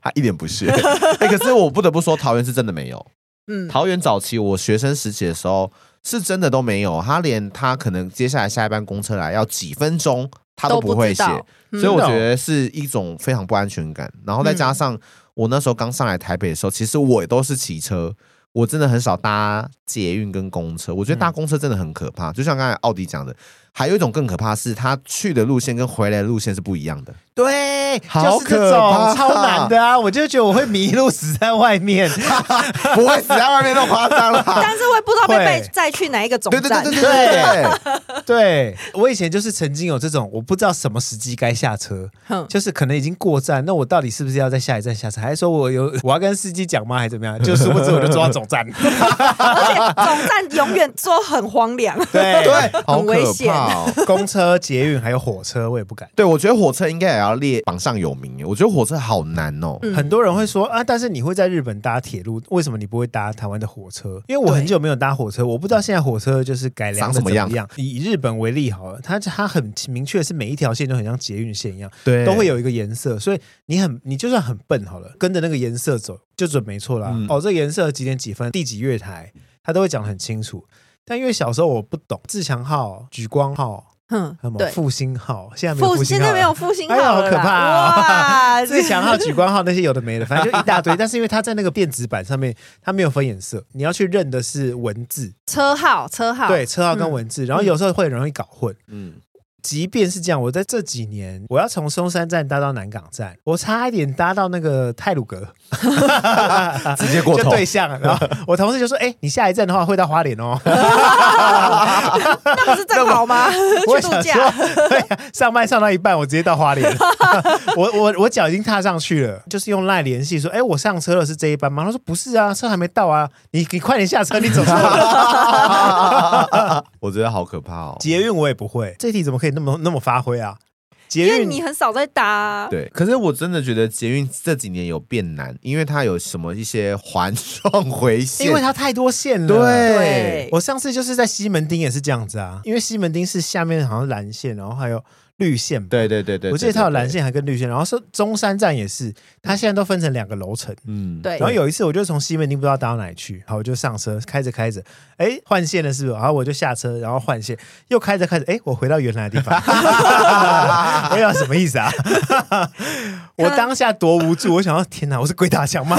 [SPEAKER 3] 他一脸不屑。哎、可是我不得不说，桃园是真的没有。
[SPEAKER 1] 嗯，
[SPEAKER 3] 桃园早期我学生时期的时候，是真的都没有。他连他可能接下来下一班公车来要几分钟，他都
[SPEAKER 1] 不
[SPEAKER 3] 不会
[SPEAKER 1] 知
[SPEAKER 3] 写，
[SPEAKER 1] 道，嗯
[SPEAKER 3] 所以我觉得嗯是一种非常不安全感。然后再加上我那时候刚上来台北的时候，其实我也都是骑车。我真的很少搭捷运跟公车，我觉得搭公车真的很可怕。就像刚才奥迪讲的，还有一种更可怕的是，他去的路线跟回来的路线是不一样 的。
[SPEAKER 2] 对，
[SPEAKER 3] 好
[SPEAKER 2] 就是这
[SPEAKER 3] 可怕
[SPEAKER 2] 种超难的啊！我就觉得我会迷路，死在外 面。
[SPEAKER 3] 不会死在外面那么夸张 啦。
[SPEAKER 1] 但是会不知道被被
[SPEAKER 2] 会
[SPEAKER 1] 再去哪一个总
[SPEAKER 3] 对对对
[SPEAKER 1] 站
[SPEAKER 3] 对。对对对，
[SPEAKER 2] 对我以前就是曾经有这种，我不知道什么时机该下车，
[SPEAKER 1] 哼
[SPEAKER 2] 就是可能已经过站，那我到底是不是要在下一站下车？还是说我有 我要跟司机讲吗？还是怎么样？就是不知我就抓总 站。
[SPEAKER 1] 而且总站永远都很荒凉。
[SPEAKER 2] 对
[SPEAKER 3] 对，好
[SPEAKER 1] 很危
[SPEAKER 3] 可
[SPEAKER 1] 险
[SPEAKER 3] 怕哦。
[SPEAKER 2] 公车、捷运还有火车，我也不敢。
[SPEAKER 3] 对，我觉得火车应该也要列榜上有名耶。我觉得火车好难哦。
[SPEAKER 1] 嗯
[SPEAKER 2] 很多人会说啊，但是你会在日本搭铁路，为什么你不会搭台湾的火车？因为我很久没有搭火车，我不知道现在火车就是改良的
[SPEAKER 3] 长
[SPEAKER 2] 怎
[SPEAKER 3] 什么样
[SPEAKER 2] 样。以日本为例好了，它它很明确是每一条线都很像捷运线一样，
[SPEAKER 3] 对
[SPEAKER 2] 都会有一个颜色，所以你很你就算很笨好了，跟着那个颜色走就准没错啦。
[SPEAKER 3] 嗯
[SPEAKER 2] 哦，这颜色几点几分，第几月台，它都会讲得很清楚。但因为小时候我不懂，自强号、举光号、
[SPEAKER 1] 哼
[SPEAKER 2] 还有什，么
[SPEAKER 1] 对，
[SPEAKER 2] 复兴号，现在没有
[SPEAKER 1] 复
[SPEAKER 2] 复兴
[SPEAKER 1] 现
[SPEAKER 2] 号了，
[SPEAKER 1] 在没有复兴号
[SPEAKER 2] 哎呀好
[SPEAKER 1] 了啦，
[SPEAKER 2] 可怕啊
[SPEAKER 1] 哇，
[SPEAKER 2] 自强号、举光号那些有的没的，反正就一大 堆。但是因为它在那个电子版上面，它没有分颜色，
[SPEAKER 3] 嗯
[SPEAKER 2] 你要去认的是文字，
[SPEAKER 1] 车号车
[SPEAKER 3] 啊
[SPEAKER 1] 号，
[SPEAKER 2] 对，车
[SPEAKER 3] 嗯
[SPEAKER 2] 号跟文字，然后有时候会容易搞混。
[SPEAKER 6] 嗯，
[SPEAKER 2] 即便是这样，我在这几年，我要从松山站搭到南港站，我差一点搭到那个泰鲁阁，
[SPEAKER 3] 直接过
[SPEAKER 2] 就
[SPEAKER 3] 头。
[SPEAKER 2] 对象。然后我同事就说：“哎、你下一站的话会到花莲哦。
[SPEAKER 1] 那不是正好 吗？”
[SPEAKER 2] 我
[SPEAKER 1] 去度
[SPEAKER 2] 想
[SPEAKER 1] 假，
[SPEAKER 2] 说，对呀、上班上到一半，我直接到花莲，我我我脚已经踏上去了，就是用赖联系说：“哎、我上车了，是这一班吗？”他说：“不是啊，车还没到啊，你你快点下车，你走错了。”
[SPEAKER 3] 我觉得好可怕哦。
[SPEAKER 2] 捷运我也不会，这题怎么可以那么那么发挥啊？捷
[SPEAKER 1] 因为
[SPEAKER 2] 运
[SPEAKER 1] 你很少在搭啊。
[SPEAKER 3] 对，可是我真的觉得捷运这几年有变难，因为它有什么一些环状回线，
[SPEAKER 2] 因为它太多线了。
[SPEAKER 3] 对
[SPEAKER 1] 对，
[SPEAKER 2] 我上次就是在西门町也是这样子啊，因为西门町是下面好像蓝线，然后还有绿线吧，
[SPEAKER 7] 对对对对，
[SPEAKER 2] 我记得它有蓝
[SPEAKER 7] 对，
[SPEAKER 2] 线还跟绿线，然后是中山站也是，它现在都分成两个楼层。
[SPEAKER 3] 嗯，
[SPEAKER 1] 对，
[SPEAKER 2] 然后有一次，我就从西门町不知道搭到哪里去，好，我就上车开着开着，哎，换线了是不是？然后我就下车，然后换线，又开着开着，哎，我回到原来的地 方，我想什么意思啊？我当下多无助，我想要天哪，我是鬼打墙吗？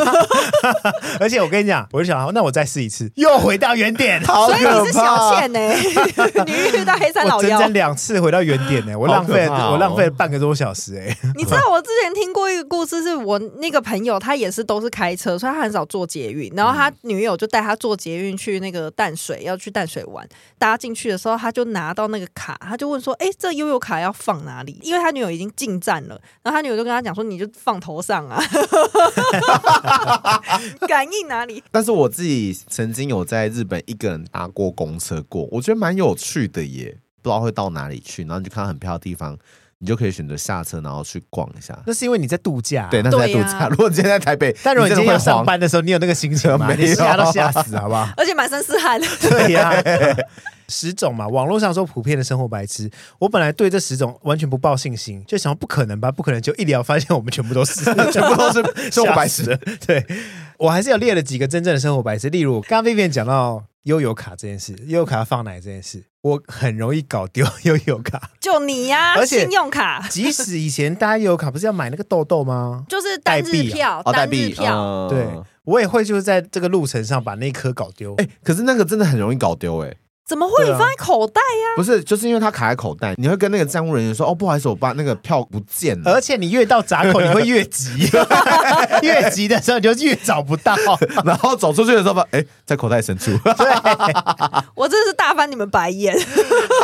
[SPEAKER 2] 而且我跟你讲，我就想，那我再试一次，又回到原点。
[SPEAKER 3] 好
[SPEAKER 1] 所以你是小倩呢、欸 你遇到黑山老
[SPEAKER 2] 我整
[SPEAKER 1] 妖
[SPEAKER 2] 整。两次回到原点呢、我浪费
[SPEAKER 3] 好可怕
[SPEAKER 2] 了
[SPEAKER 3] 哦
[SPEAKER 2] 我浪费了半个多小时哎、
[SPEAKER 1] 你知道我之前听过一个故事，是我那个朋友，他也是都是开车，所以他很少坐捷运。然后他女友就带他坐捷运去那个淡水，要去淡水玩。搭进去的时候，他就拿到那个卡，他就问说：“哎、这悠游卡要放哪里？”因为他女友已经进站了，然后他女友就跟他讲说：“你就放头上啊， 感应哪里
[SPEAKER 3] 但是我自己曾经有在日本一个人搭过公车过，我觉得蛮有趣的耶，不知道会到哪里去，然后你就看到很漂亮的地方，你就可以选择下车，然后去逛一下。
[SPEAKER 2] 那是因为你在度假、
[SPEAKER 3] 对，那是在度
[SPEAKER 1] 对
[SPEAKER 3] 假。
[SPEAKER 1] 呀
[SPEAKER 3] 如果你今天在台北，
[SPEAKER 2] 啊但如果你今
[SPEAKER 3] 真
[SPEAKER 2] 天
[SPEAKER 3] 的
[SPEAKER 2] 要
[SPEAKER 3] 会
[SPEAKER 2] 上
[SPEAKER 3] 慌，
[SPEAKER 2] 班的时候，你有那个心情吗？
[SPEAKER 3] 没有
[SPEAKER 2] 你吓都吓死，好不好？？”
[SPEAKER 1] 而且满身是汗。
[SPEAKER 2] 对呀、十种嘛，网络上说普遍的生活白痴，我本来对这十种完全不抱信心，就想说不可能吧，不可能，就一聊发现我们全部都 是，
[SPEAKER 3] 全部都是生活白痴。
[SPEAKER 2] 对我还是有列了几个真正的生活白痴，例如刚刚 Vivian 讲到悠游卡这件事，悠游卡放哪这件事，我很容易搞丢悠游 卡。
[SPEAKER 1] 就你呀、
[SPEAKER 2] 而且
[SPEAKER 1] 信用卡
[SPEAKER 2] 即使以前大家悠游卡不是要买那个豆豆吗？
[SPEAKER 1] 就是单
[SPEAKER 2] 代
[SPEAKER 1] 日
[SPEAKER 2] 币啊
[SPEAKER 1] 票，
[SPEAKER 3] 哦，代
[SPEAKER 1] 单日
[SPEAKER 3] 币，
[SPEAKER 1] 票。
[SPEAKER 3] 嗯
[SPEAKER 2] 对，我也会就是在这个路程上把那一颗搞丢。
[SPEAKER 3] 哎，可是那个真的很容易搞丢，哎，
[SPEAKER 1] 怎么会
[SPEAKER 2] 对啊
[SPEAKER 1] 放在口袋呀、
[SPEAKER 3] 不是，就是因为它卡在口袋，你会跟那个站务人员说，哦，不好意思，我把那个票不见了
[SPEAKER 2] 而。且你越到闸口，你会越急，越急的时候你就越找不到。
[SPEAKER 3] 然后走出去的时候吧，哎，在口袋深处。
[SPEAKER 1] 我真的是大翻你们白眼。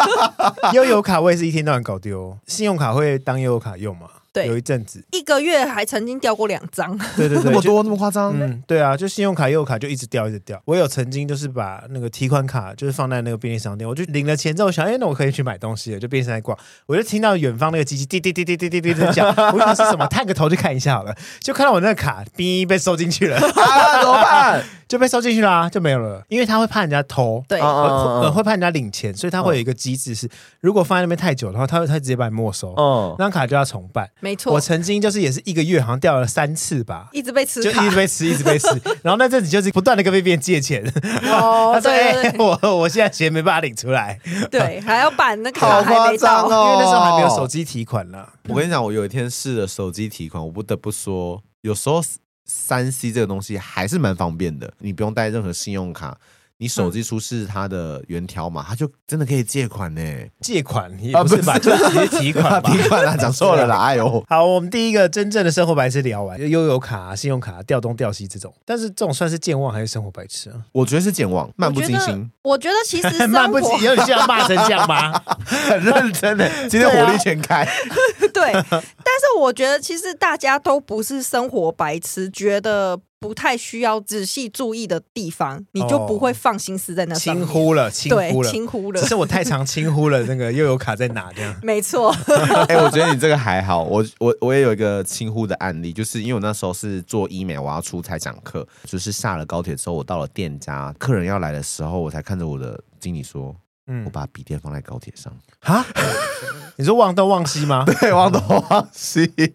[SPEAKER 2] 悠游卡我也是一天到晚搞丢，信用卡会当悠游卡用嘛？
[SPEAKER 1] 对
[SPEAKER 2] 有一阵子，
[SPEAKER 1] 一个月还曾经掉过两张，
[SPEAKER 2] 对对对，
[SPEAKER 3] 那么
[SPEAKER 2] 就。
[SPEAKER 3] 多那么夸张？
[SPEAKER 2] 嗯，对啊，就信用卡、悠游卡就一直掉，一直掉。我有曾经就是把那个提款卡就是放在那个便利商店，我就领了钱之后，我想，哎、那我可以去买东西了，就便利商店逛。我就听到远方那个机器滴滴滴滴滴滴滴在叫，我想是什么，探个头去看一下好了，就看到我那个卡哔被收进去了，
[SPEAKER 3] 啊，怎么 办？
[SPEAKER 2] 就被收进去啦、就没有了，因为他会怕人家偷。
[SPEAKER 1] 对，
[SPEAKER 3] 啊
[SPEAKER 2] 呃，会怕人家领钱，所以他会有一个机制是，如果放在那边太久的话，他会他直接把你没收，
[SPEAKER 3] 嗯
[SPEAKER 2] 那，张卡就要重办。
[SPEAKER 1] 没错
[SPEAKER 2] 我，曾经就是也是一个月好像掉了三次吧，
[SPEAKER 1] 一直被吃
[SPEAKER 2] 就一
[SPEAKER 1] 卡
[SPEAKER 2] 直。被吃，一 直被吃。然后那阵子就是不断的跟别人借钱，
[SPEAKER 1] 哦
[SPEAKER 2] 他，说：“哎、
[SPEAKER 1] 对
[SPEAKER 2] 我我现在钱没办法领出来，
[SPEAKER 1] 对对，还要把 那个
[SPEAKER 3] 好
[SPEAKER 1] 卡
[SPEAKER 2] 哦
[SPEAKER 1] 还
[SPEAKER 3] 夸
[SPEAKER 1] 没
[SPEAKER 3] 张
[SPEAKER 1] 到。
[SPEAKER 2] 因为那时候还没有手
[SPEAKER 3] 机。
[SPEAKER 2] 机提款了。
[SPEAKER 3] 我跟你讲，我有一天试了手机提款，我不得不说，有时候三 C 这个东西还是蛮方便的，你不用带任何信用卡。你
[SPEAKER 2] 嗯
[SPEAKER 3] 手机出示它的原条码，它就真的可以借款呢、
[SPEAKER 2] 借款也
[SPEAKER 3] 啊
[SPEAKER 2] 不是吧？
[SPEAKER 3] 不是
[SPEAKER 2] 就是直接提款吧
[SPEAKER 3] 提。款啦，讲错 了啦，哎呦，
[SPEAKER 2] 好，我们第一个真正的生活白痴聊完，悠游卡、啊信用卡、调东调西这种，但是这种算是健忘还是生活白痴啊？
[SPEAKER 3] 我觉得是健忘，漫
[SPEAKER 1] 我
[SPEAKER 3] 不
[SPEAKER 1] 觉
[SPEAKER 3] 经
[SPEAKER 1] 得
[SPEAKER 3] 心，，
[SPEAKER 1] 我觉得 其实生
[SPEAKER 2] 漫不经
[SPEAKER 1] 活
[SPEAKER 2] 有你这样骂成这样吗？
[SPEAKER 3] 很 认真的、今天火力全开，
[SPEAKER 1] 对，但是我觉得其实大家都不是生活白痴，觉得不太需要仔细注意的地方，你就不会放心思在那上
[SPEAKER 2] 轻
[SPEAKER 1] 面。
[SPEAKER 2] 忽了，哦轻
[SPEAKER 1] 对
[SPEAKER 2] 忽，了，
[SPEAKER 1] 轻忽了
[SPEAKER 2] 只，是我太常轻忽了那个悠游卡在哪这样。
[SPEAKER 1] 没错。
[SPEAKER 3] 哎、我觉得你这个还好，我我我也有一个轻忽的案例，就是因为我那时候是做医美，我要出差讲课，就是下了高铁之后，我到了店家，客人要来的时候，我才看着我的经理说，我
[SPEAKER 2] 嗯，
[SPEAKER 3] 把笔电放在高铁上，
[SPEAKER 2] 啊， 你说忘东忘西吗？
[SPEAKER 3] 对，忘东忘 西。
[SPEAKER 2] 哎、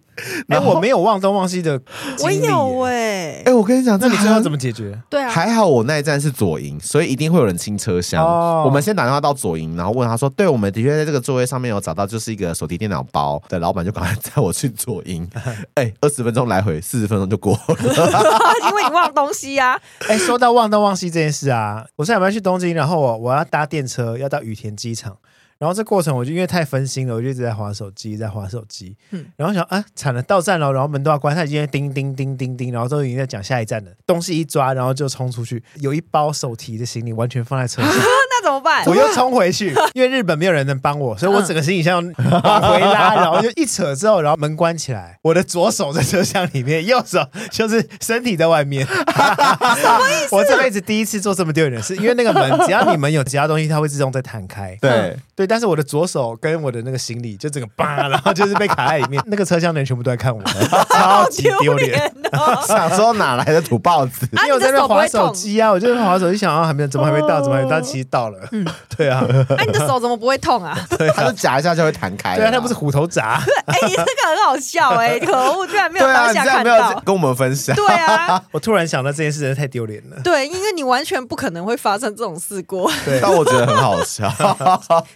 [SPEAKER 3] 然后
[SPEAKER 2] 我没有忘东忘西的
[SPEAKER 1] 我
[SPEAKER 2] 经历
[SPEAKER 1] 有
[SPEAKER 2] 耶
[SPEAKER 1] 哎、
[SPEAKER 3] 哎、我跟你讲，
[SPEAKER 2] 那
[SPEAKER 3] 这
[SPEAKER 2] 你知道怎
[SPEAKER 3] 么？
[SPEAKER 2] 么解决？
[SPEAKER 1] 对啊，
[SPEAKER 3] 还好我那一站是左营，所以一定会有人清车厢。
[SPEAKER 2] 哦
[SPEAKER 3] 我们先打电话到左营，然后问他说：“对，我们的确在这个座位上面有找到，就是一个手提电脑包的老板，就赶快载我去左营。哎，二十分钟来回，四十分钟就过了。
[SPEAKER 1] 因为你忘东西啊呀、
[SPEAKER 2] 哎、说到忘东忘西这件事啊，我上礼拜去东京，然后我我要搭电车要到羽田机场，然后这过程我就因为太分心了，我就一直在划手机，在划手机，
[SPEAKER 1] 嗯
[SPEAKER 2] 然后想啊惨了到站了，然后门都要关，他已经在叮叮叮叮叮，然后都已经在讲下一站了，东西一抓，然后就冲出去，有一包手提的行李完全放在车上，
[SPEAKER 1] 那怎么办？嗯
[SPEAKER 2] 我又冲 回去，因为日本没有人能帮我，所以我整个行李箱往回拉，然后就一扯之后，然后门关起来，我的左手在车厢里面，右手就是身体在外面。我这辈子第一次做这么丢人的事，因为那个门只要你们有其他东西，它会自动在弹开。
[SPEAKER 3] 对，
[SPEAKER 2] 对，但是我的左手跟我的那个行李就整个叭，然后就是被卡在里面，那个车厢的人全部都在 看我，超级
[SPEAKER 1] 丢
[SPEAKER 2] 丢脸。
[SPEAKER 1] 哦！
[SPEAKER 3] 想说哪来的土豹子？
[SPEAKER 1] 啊
[SPEAKER 2] 因为我在
[SPEAKER 1] 你
[SPEAKER 2] 那边
[SPEAKER 1] 的手不
[SPEAKER 2] 划
[SPEAKER 1] 会痛
[SPEAKER 2] 手机啊，我就是划手机，想啊还没有，怎么还没到，怎么还没到？其实到了，了。
[SPEAKER 1] 嗯
[SPEAKER 2] 对啊，
[SPEAKER 1] 哎、你的手怎么不会痛啊？
[SPEAKER 3] 他就夹一下就会弹开了
[SPEAKER 2] 对
[SPEAKER 3] 啦。
[SPEAKER 2] 啊，他不是虎头铡，
[SPEAKER 1] 哎、你这个很好笑 哎、可恶，居然没有
[SPEAKER 3] 对啊，
[SPEAKER 1] 当
[SPEAKER 3] 你
[SPEAKER 1] 下
[SPEAKER 3] 这样
[SPEAKER 1] 看
[SPEAKER 3] 没有
[SPEAKER 1] 到。
[SPEAKER 3] 跟我们分享。
[SPEAKER 1] 对啊，
[SPEAKER 2] 我突然想到这件事真的太丢脸了。
[SPEAKER 1] 对，因为你完全不可能会发生这种事故。
[SPEAKER 2] 对
[SPEAKER 3] 但我觉得很好笑，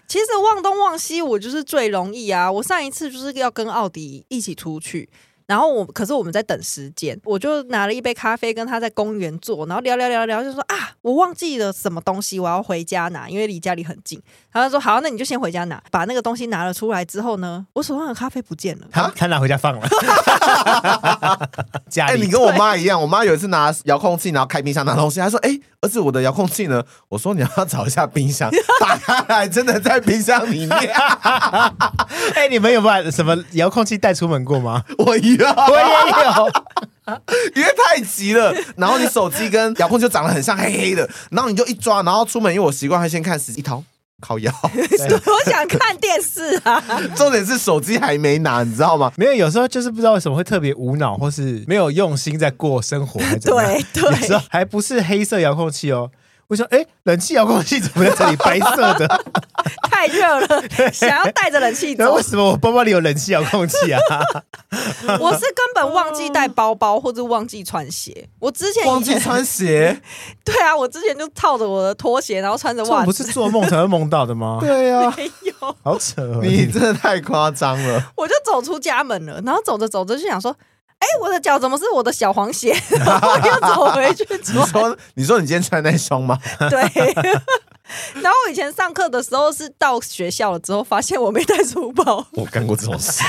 [SPEAKER 1] 其实忘东忘西，我就是最容易啊。我上一次就是要跟奥迪一起出去。然后我，可是我们在等时间，我就拿了一杯咖啡跟他在公园坐，然后聊聊聊聊，就说啊，我忘记了什么东西，我要回家拿，因为离家里很近。然后他说好，那你就先回家拿，把那个东西拿了出来之后呢，我手上的咖啡不见了。
[SPEAKER 2] 他他拿回家 放了，家
[SPEAKER 3] 哎、
[SPEAKER 2] 里
[SPEAKER 3] 你跟我妈一样，我妈有一次拿遥控器，然后开冰箱拿东西，她说：“哎、儿子，我的遥控器呢？”我说：“你要找一下冰箱，打开来，真的在冰箱里面。
[SPEAKER 2] 哎、你们有把什么遥控器带出门过吗？”
[SPEAKER 3] 我
[SPEAKER 2] 我
[SPEAKER 3] 要，
[SPEAKER 2] 也有，
[SPEAKER 3] 因为太急了，然后你手机跟遥控器就长得很像，黑黑的，然后你就一抓，然后出门，因为我习惯会先看时机，一掏靠 腰，
[SPEAKER 1] 我想看电视啊，
[SPEAKER 3] 重点是手机还没拿，你知道吗？
[SPEAKER 2] 没有，有时候就是不知道为什么会特别无脑，或是没有用心在过生活，还是怎么样
[SPEAKER 1] 对对
[SPEAKER 2] 有时候还不是黑色遥控器哦。我说，哎，冷气遥控器怎么在这里白色 的？
[SPEAKER 1] 太热了，想要带着冷气
[SPEAKER 2] 然后
[SPEAKER 1] 走
[SPEAKER 2] 为。什么我包包里有冷气遥控器啊？
[SPEAKER 1] 我是根本忘记带包包，或者忘记穿鞋。我之前
[SPEAKER 3] 忘记穿鞋，
[SPEAKER 1] 对啊，我之前就套着我的拖鞋，然后穿着
[SPEAKER 2] 这
[SPEAKER 1] 袜
[SPEAKER 2] 种不
[SPEAKER 1] 子。
[SPEAKER 2] 是做梦才会梦到的吗？
[SPEAKER 3] 对呀、 啊，
[SPEAKER 1] 没有，
[SPEAKER 2] 好扯哦！
[SPEAKER 3] 你真的太夸张了，
[SPEAKER 1] 我就走出家门了，然后走着走着就想说，哎、我的脚怎么是我的小黄鞋？ 然后又走回去
[SPEAKER 3] 你
[SPEAKER 1] 穿。
[SPEAKER 3] 说你说你今天穿那双 吗？
[SPEAKER 1] 对。 然后我以前上课的时候是到学校了之后，发现我没带书包。
[SPEAKER 3] 我干过这种事，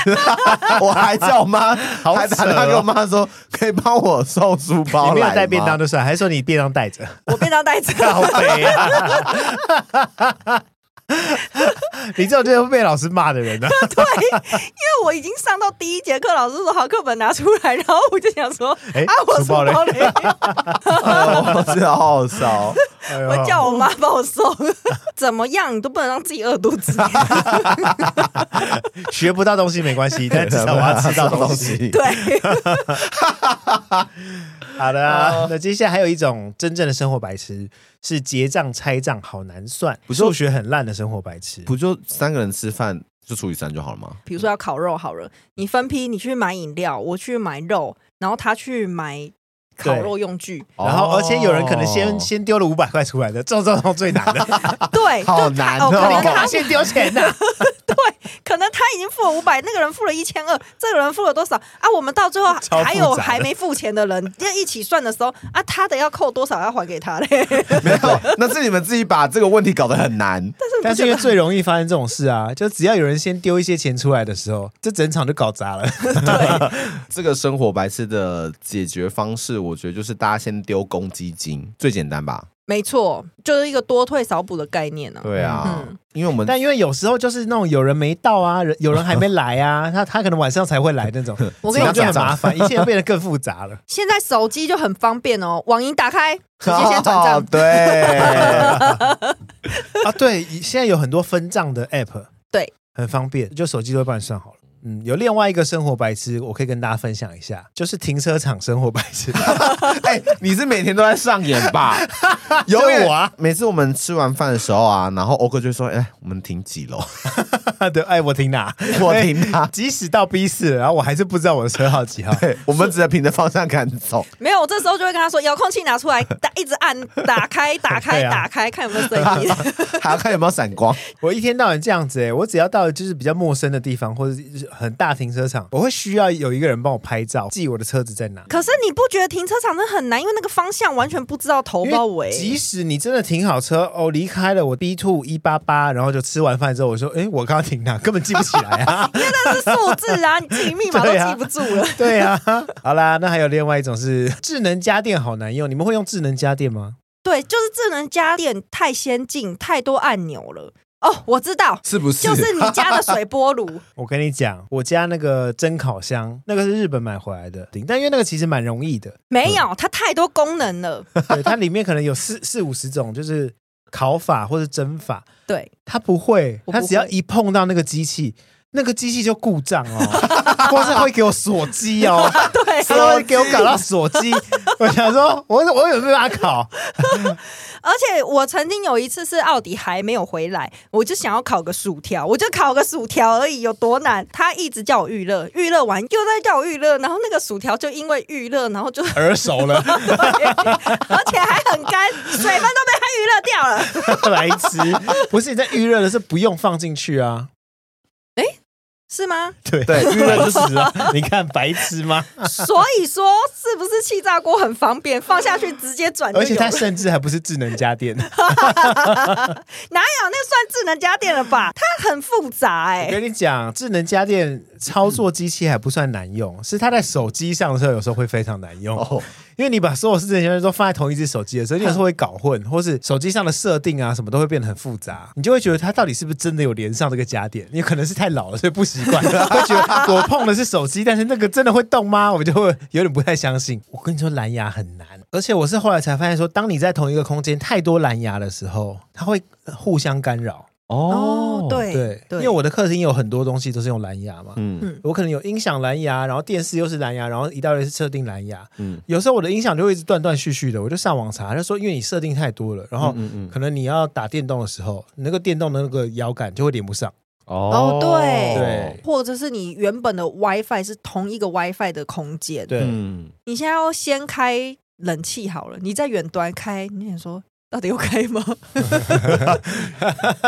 [SPEAKER 3] 我还叫我妈，
[SPEAKER 2] 好
[SPEAKER 3] 还打电
[SPEAKER 2] 扯
[SPEAKER 3] 话
[SPEAKER 2] 哦
[SPEAKER 3] 给我妈说，可以帮我送书包
[SPEAKER 2] 你没
[SPEAKER 3] 来
[SPEAKER 2] 有
[SPEAKER 3] 吗
[SPEAKER 2] 带便当，就算，还说你便当带着，
[SPEAKER 1] 我便当袋子，
[SPEAKER 2] 好肥啊！ 你这种就是会被老师骂的人啊！
[SPEAKER 1] 因为我已经上到第一节课，老师说好课本拿出来，然后我就想说，
[SPEAKER 2] 哎
[SPEAKER 1] 啊，我
[SPEAKER 2] 书
[SPEAKER 1] 书
[SPEAKER 2] 包嘞
[SPEAKER 1] 包 嘞，哦
[SPEAKER 3] 哦我真的好好笑哦。
[SPEAKER 2] 哎 呦
[SPEAKER 1] 我叫我妈帮我收， 怎么样你都不能让自己饿肚子。
[SPEAKER 2] 学不到东西没关 系， 但至少我要吃到东西。
[SPEAKER 3] 西。
[SPEAKER 1] 对，
[SPEAKER 2] 好的啊、那接下来还有一种真正的生活白痴，是结账拆账好难算，数学很烂的生活白痴。
[SPEAKER 3] 不就三个人吃饭就除以三就好了吗？
[SPEAKER 1] 比如说要烤肉好了，你分批你去买饮料，我去买肉，然后他去买烤肉用具，
[SPEAKER 2] 然后，
[SPEAKER 3] 哦
[SPEAKER 2] 而且有人可能先先丢了五百块出来的，这种这种最难 的。
[SPEAKER 1] 对，
[SPEAKER 3] 好
[SPEAKER 1] 就他
[SPEAKER 3] 难
[SPEAKER 1] 哦，可
[SPEAKER 2] 你
[SPEAKER 1] 能
[SPEAKER 2] 干
[SPEAKER 1] 他
[SPEAKER 2] 嘛先丢钱啊呢、
[SPEAKER 1] 可能他已经付了五百，那个人付了一千二，这个人付了多少啊？我们到最后
[SPEAKER 2] 超复杂 的
[SPEAKER 1] 还有还没付钱的人，要一起算的时候啊，他的要扣多少要还给他嘞？
[SPEAKER 3] 没 有，那是你们自己把这个问题搞得很 难。
[SPEAKER 2] 但是因为最容易发生这种事啊，就只要有人先丢一些钱出来的时候，这整场就搞砸了。
[SPEAKER 3] 这个生活白痴的解决方式，我觉得就是大家先丢公积金，最简单吧？
[SPEAKER 1] 没错，就是一个多退少补的概念呢、啊。
[SPEAKER 3] 对啊，因为我们
[SPEAKER 2] 但因为有时候就是那种有人没到啊，人有人还没来啊，他他可能晚上才会来那 种，
[SPEAKER 1] 我
[SPEAKER 2] 这
[SPEAKER 1] 跟你
[SPEAKER 2] 样
[SPEAKER 1] 讲
[SPEAKER 2] 就很麻 烦，一切就变得更复杂了。
[SPEAKER 1] 现在手机就很方便哦，网银打开，直接先转 账。
[SPEAKER 3] 对，
[SPEAKER 2] 啊，对，现在有很多分账的 app，
[SPEAKER 1] 对，
[SPEAKER 2] 很方便，就手机都会帮你算好了。嗯，有另外一个生活白痴，我可以跟大家分享一下，就是停车场生活白痴。
[SPEAKER 3] 哎、你是每天都在上演 吧？有
[SPEAKER 2] 就我啊
[SPEAKER 3] 每次我们吃完饭的时候啊，然后欧哥就会说：“哎、我们停几 楼？
[SPEAKER 2] 对，哎，我停哪？
[SPEAKER 3] 我停哪
[SPEAKER 2] 哎即使到 B 四，然后我还是不知道我的车号几号。
[SPEAKER 3] 对我们只能凭着方向感 走。
[SPEAKER 1] 没有，我这时候就会跟他说，遥控器拿出来，打一直按，打开，打开，
[SPEAKER 2] 对啊
[SPEAKER 1] 打开，看有没有声音。
[SPEAKER 3] 还要看有没有闪光。
[SPEAKER 2] 我一天到晚这样子、哎，我只要到就是比较陌生的地方，或者是很大停车场，我会需要有一个人帮我拍照，记我的车子在哪。
[SPEAKER 1] 可是你不觉得停车场真的很难，因为那个方向完全不知道头
[SPEAKER 2] 因
[SPEAKER 1] 包
[SPEAKER 2] 为
[SPEAKER 1] 围。
[SPEAKER 2] 即使你真的停好车哦，离开了我 B two 一八八，然后就吃完饭之后，我说，哎，我刚刚停哪？ 根本记不起 来啊。
[SPEAKER 1] 那是数字啊，你自己密码都
[SPEAKER 2] 对啊
[SPEAKER 1] 记不住了。
[SPEAKER 2] 对呀、好啦，那还有另外一种是智能家电，好难用。你们会用智能家电吗？
[SPEAKER 1] 对，就是智能家电太先进，太多按钮了。哦，我知道，
[SPEAKER 3] 是不 是
[SPEAKER 1] 就是你家的水波炉，
[SPEAKER 2] 我跟你讲，我家那个蒸烤箱，那个是日本买回来的，但因为那个其实蛮容易的，
[SPEAKER 1] 没有，它太多功能了。
[SPEAKER 2] 对，它里面可能有四四五十种，就是烤法或者蒸法，
[SPEAKER 1] 对，
[SPEAKER 2] 它不会，
[SPEAKER 1] 我不
[SPEAKER 2] 它
[SPEAKER 1] 会
[SPEAKER 2] 只要一碰到那个机器，那个机器就故障哦， 光是会给我锁机哦，
[SPEAKER 1] 对，
[SPEAKER 2] 他都会给我搞到锁机。我想说，我我有没有把它考？
[SPEAKER 1] 而且我曾经有一次是奥迪还没有回来，我就想要烤个薯条，我就烤个薯条而已，有多难？他一直叫我预热，预热完又在叫我预热，然后那个薯条就因为预热，然后就
[SPEAKER 2] 耳熟了，
[SPEAKER 1] 而且还很干，水分都被他预热掉了。
[SPEAKER 2] 来吃。不是你在预热的是不用放进去啊？
[SPEAKER 1] 是吗？
[SPEAKER 2] 对
[SPEAKER 3] 对
[SPEAKER 2] 预热就是啊。 你看白痴吗？
[SPEAKER 1] 所以说，是不是气炸锅很方便，放下去直接转就
[SPEAKER 2] 而
[SPEAKER 1] 有
[SPEAKER 2] 且它
[SPEAKER 1] 了？
[SPEAKER 2] 甚至还不是智能家电。
[SPEAKER 1] 哪有那算智能家电了吧？它很复杂哎、
[SPEAKER 2] 我跟你讲，智能家电操作机器还不算难用，是它在手机上的时候有时候会非常难用，
[SPEAKER 3] 哦，
[SPEAKER 2] 因为你把所有智能家电都放在同一只手机的时候，你有时候会搞混，或是手机上的设定啊什么都会变得很复杂，你就会觉得它到底是不是真的有连上这个家电？你可能是太老了，所以不习惯，会觉得我碰的是手机，但是那个真的会动吗？我就会有点不太相信。我跟你说，蓝牙很难，而且我是后来才发现说，当你在同一个空间太多蓝牙的时候，它会互相干扰。
[SPEAKER 1] 哦，对
[SPEAKER 2] 对，因为我的客厅有很多东西都是用蓝牙嘛，
[SPEAKER 3] 嗯
[SPEAKER 1] 嗯
[SPEAKER 2] 我可能有音响蓝牙，然后电视又是蓝牙，然后一大堆是设定蓝牙，
[SPEAKER 3] 嗯
[SPEAKER 2] 有时候我的音响就会一直断断续续的，我就上网查，他说因为你设定太多了，然后
[SPEAKER 3] 嗯嗯嗯
[SPEAKER 2] 可能你要打电动的时候，你那个电动的那个摇杆就会连不上，
[SPEAKER 1] 哦对
[SPEAKER 2] 对
[SPEAKER 1] 或者是你原本的 WiFi 是同一个 WiFi 的空间，
[SPEAKER 2] 对，
[SPEAKER 3] 嗯，
[SPEAKER 1] 你现在要先开冷气好了，你在远端开，你想说到底有开 吗？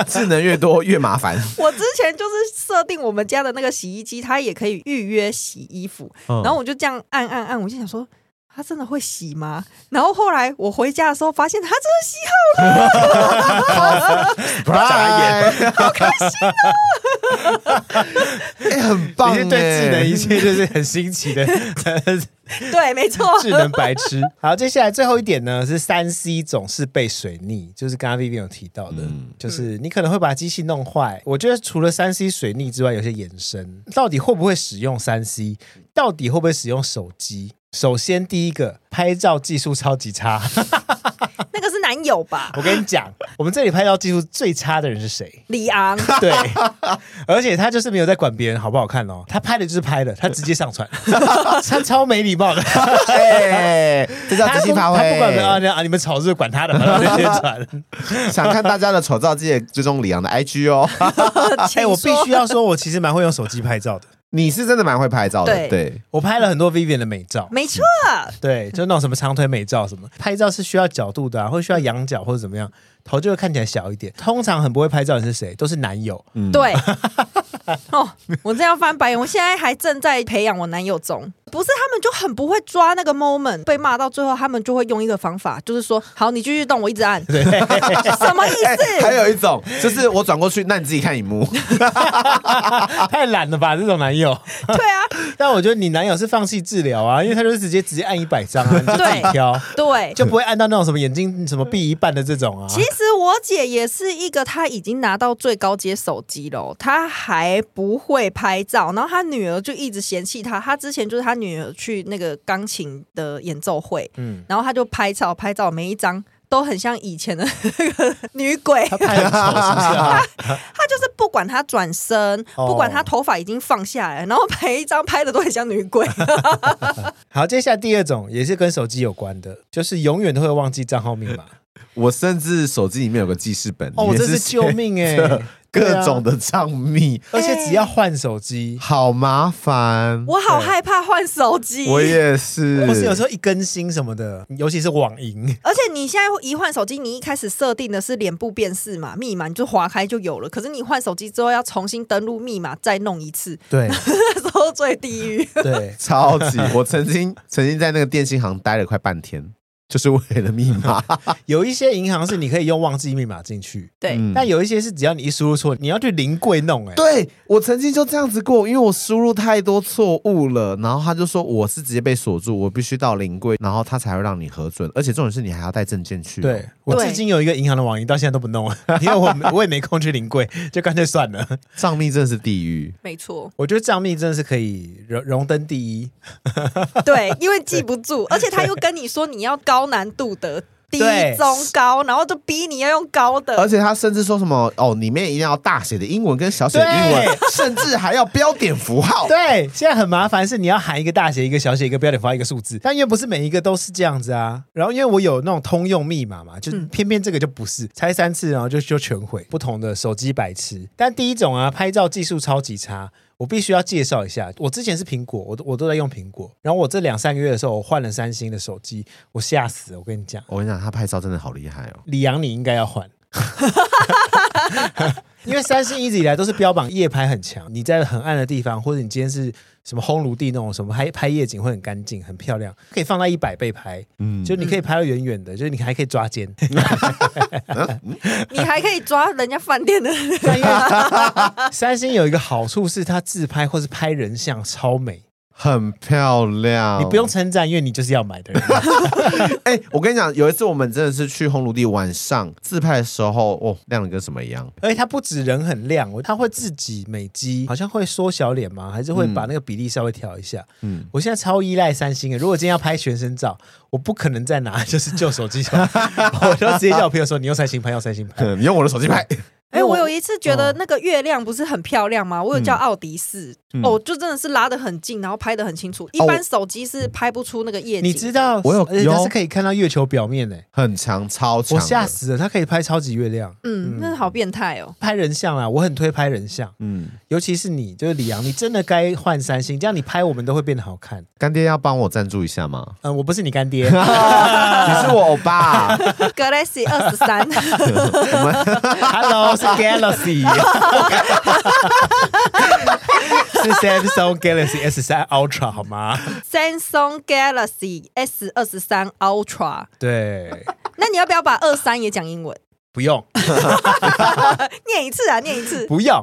[SPEAKER 3] 智能越多越 麻烦。
[SPEAKER 1] 我之前就是设定我们家的那个洗衣机，它也可以预约洗衣服，
[SPEAKER 2] 嗯
[SPEAKER 1] 然后我就这样按按按，我就想说。它真的会洗吗？然后后来我回家的时候，发现它真的洗
[SPEAKER 3] 眨眼， 好开心哦！哎，很棒
[SPEAKER 2] 你
[SPEAKER 3] 哎，
[SPEAKER 2] 是对智能一切就是很新奇的
[SPEAKER 1] 好，对，没错，
[SPEAKER 2] 智能白痴。 好，接下来最后一点呢是三 C 总是被水逆，就是刚刚 Vivian 有提到的，
[SPEAKER 3] 嗯
[SPEAKER 2] 就是你可能会把机器弄坏。我觉得除了三 C 水逆之外，有些延伸，到底会不会使用三 C？到底会不会使用手机？首先，第一个拍照技术超级差。
[SPEAKER 1] 那个是男友吧？
[SPEAKER 2] 我跟你讲，我们这里拍照技术最差的人是谁？
[SPEAKER 1] 李 昂，
[SPEAKER 2] 对，而且他就是没有在管别人好不好看哦，他拍的就是拍的，他直接上 传，他超没礼貌的。
[SPEAKER 3] 哎，这叫
[SPEAKER 2] 他
[SPEAKER 3] 即
[SPEAKER 2] 不
[SPEAKER 3] 兴发挥。
[SPEAKER 2] 他不管啊你啊，你们吵是管他的， 反正宣传。
[SPEAKER 3] 想看大家的丑照，记得 追踪李阳的 IG 哦。
[SPEAKER 2] 哎、
[SPEAKER 1] 哎
[SPEAKER 2] 我必须要说，我其实蛮会用手机拍照的，
[SPEAKER 3] 你是真的蛮会拍照的，
[SPEAKER 1] 对
[SPEAKER 3] 对，
[SPEAKER 2] 我拍了很多 Vivian 的美照。
[SPEAKER 1] 没错，
[SPEAKER 2] 对，就那种什么长腿美照什么，拍照是需要角度的、啊，或需要仰角或者怎么样，头就会看起来小一点。通常很不会拍照的是谁？都是男友。
[SPEAKER 3] 嗯，
[SPEAKER 1] 对， 哦，我这样翻白眼，我现在还正在培养我男友中。不是他们就很不会抓那个 moment，被骂到最后，他们就会用一个方法，就是说，好，你继续动，我一直按， 什么意
[SPEAKER 3] 哎。
[SPEAKER 1] 思？
[SPEAKER 3] 还有一种就是我转过去，那你自己看荧幕。
[SPEAKER 2] 太懒了吧，这种男友。
[SPEAKER 1] 对啊，
[SPEAKER 2] 但我觉得你男友是放弃治疗啊，因为他就是直接直接按一百张啊，你 就自己
[SPEAKER 1] 对
[SPEAKER 2] 挑，
[SPEAKER 1] 对，
[SPEAKER 2] 就不会按到那种什么眼睛什么闭一半的这种啊。
[SPEAKER 1] 其实我姐也是一个，她已经拿到最高阶手机了哦，她还不会拍照，然后她女儿就一直嫌弃她。她之前就是她女儿去那个钢琴的演奏会，
[SPEAKER 2] 嗯
[SPEAKER 1] 嗯，然后她就拍照，拍照每一张都很像以前的 那个女鬼。
[SPEAKER 2] 他拍很丑是不是啊？
[SPEAKER 1] 她就是不管她转身，
[SPEAKER 2] 哦
[SPEAKER 1] 不管她头发已经放下来，然后 每一张拍的都很像女鬼。
[SPEAKER 2] 好，接下来第二种也是跟手机有关的，就是永远都会忘记账号密码。
[SPEAKER 3] 我甚至手机里面有个记事本，
[SPEAKER 2] 哦，
[SPEAKER 3] 里面
[SPEAKER 2] 这是救命啊哎、
[SPEAKER 3] 写着各种的账密，
[SPEAKER 2] 而且只要换手机，
[SPEAKER 3] 好麻烦。
[SPEAKER 1] 我好害怕换手机，
[SPEAKER 3] 我也是，
[SPEAKER 2] 或是有时候一更新什么的，尤其是网银，
[SPEAKER 1] 而且你现在一换手机，你一开始设定的是脸部辨识嘛，密码你就划开就有了。可是你换手机之后要重新登录密码再弄一次，
[SPEAKER 2] 对
[SPEAKER 1] 那时候最地狱。
[SPEAKER 2] 对。
[SPEAKER 3] 超级， 我曾经曾经在那个电信行待了快半天，就是为了密 码。
[SPEAKER 2] 有一些银行是你可以用忘记密码进去，
[SPEAKER 1] 对，
[SPEAKER 3] 嗯
[SPEAKER 2] 但有一些是只要你一输入错，你要去临柜弄、哎，
[SPEAKER 3] 对我曾经就这样子过，因为我输入太多错误了，然后他就说我是直接被锁住，我必须到临柜，然后他才会让你核准，而且重点是你还要带证件去、哦
[SPEAKER 2] 对，我
[SPEAKER 1] 对
[SPEAKER 2] 至今有一个银行的网银到现在都不弄， 因为我我也没空去临柜，就干脆算了。
[SPEAKER 3] 账密真的是地狱。
[SPEAKER 1] 没错，
[SPEAKER 2] 我觉得账密真的是可以荣荣登第一，
[SPEAKER 1] 对，因为记不住，而且他又跟你说你要高难度的。低
[SPEAKER 2] 对
[SPEAKER 1] 中高，然后就逼你要用高
[SPEAKER 3] 而
[SPEAKER 2] 呃
[SPEAKER 1] 的。
[SPEAKER 3] 且他甚至说什么哦，里面一定要大写的英文跟小写的英文， 甚至还要标点符号。
[SPEAKER 2] 对，现在很麻烦，是你要喊一个大写、一个小写、一个标点符号、一个数字，但因为不是每一个都是这样子啊。然后因为我有那种通用密码嘛，就
[SPEAKER 1] 嗯
[SPEAKER 2] 偏偏这个就不是，拆三次然后就就全毁。不同的手机白痴，但第一种啊，拍照技术超级差。我必须要介绍一下，我之前是苹果，我都我都在用苹果。然后我这两三个月的时候，我换了三星的手机，我吓死了。我跟你讲，
[SPEAKER 3] 我跟你讲，他拍照真的好厉害哦。
[SPEAKER 2] 李阳你应该要换。 因为三星一直以来都是标榜夜拍很强，你在很暗的地方，或者你今天是什么烘炉地那种什么拍拍夜景会很干净、很漂亮，可以放到一百倍拍，
[SPEAKER 3] 嗯，
[SPEAKER 2] 就你可以拍到远远的，就是你还可以抓奸。
[SPEAKER 1] 你还可以抓人家饭店的，
[SPEAKER 2] 但因为三星有一个好处是它自拍或是拍人像超美，
[SPEAKER 3] 很漂亮。
[SPEAKER 2] 你不用称赞，因为你就是要买的人。
[SPEAKER 3] 哎、我跟你讲，有一次我们真的是去烘炉地晚上自拍的时候，哦，亮的跟什么一样。
[SPEAKER 2] 而且它不止人很亮，它会自己美肌，好像会缩小脸吗？还是会把那个比例稍微调一下？
[SPEAKER 3] 嗯
[SPEAKER 2] 嗯，我现在超依赖三星的。如果今天要拍全身照，我不可能再拿 就是旧手机照， 我就直接叫我朋友说你用三星拍，用三星拍。
[SPEAKER 3] 你用我的手机拍，
[SPEAKER 1] 哎、
[SPEAKER 2] 因为
[SPEAKER 1] 我有一次觉
[SPEAKER 2] 哦
[SPEAKER 1] 得那个月亮不是很漂亮
[SPEAKER 2] 嗯
[SPEAKER 1] 吗？我有叫奥迪四，哦，就真的是拉的很近，然后拍的很清楚。一般手机是拍不出那个夜景，
[SPEAKER 2] 哦哎你知道
[SPEAKER 3] 我有
[SPEAKER 2] 而且它是可以看到月球表面的，
[SPEAKER 3] 很强，超强
[SPEAKER 2] 我
[SPEAKER 3] 的。
[SPEAKER 2] 吓死了，它可以拍超级月亮。
[SPEAKER 1] 嗯，那好变态哦。
[SPEAKER 2] 拍人像啦，我很推拍人像，
[SPEAKER 3] 嗯，
[SPEAKER 2] 尤其是你，就是李阳，你真的该换三星，这样你拍我们都会变得好看。
[SPEAKER 3] 干爹要帮我赞助一下吗？
[SPEAKER 2] 嗯，我不是你干爹，
[SPEAKER 3] 你是我欧 巴，
[SPEAKER 1] Galaxy 二十 三，
[SPEAKER 2] Hello，是 Galaxy，是 Samsung Galaxy S 三 Ultra 好吗？
[SPEAKER 1] Samsung Galaxy S 二十三 Ultra，
[SPEAKER 2] 对，
[SPEAKER 1] 那你要不要把二三也讲英文？
[SPEAKER 2] 不用，
[SPEAKER 1] 念一次啊，念一次。
[SPEAKER 2] 不用。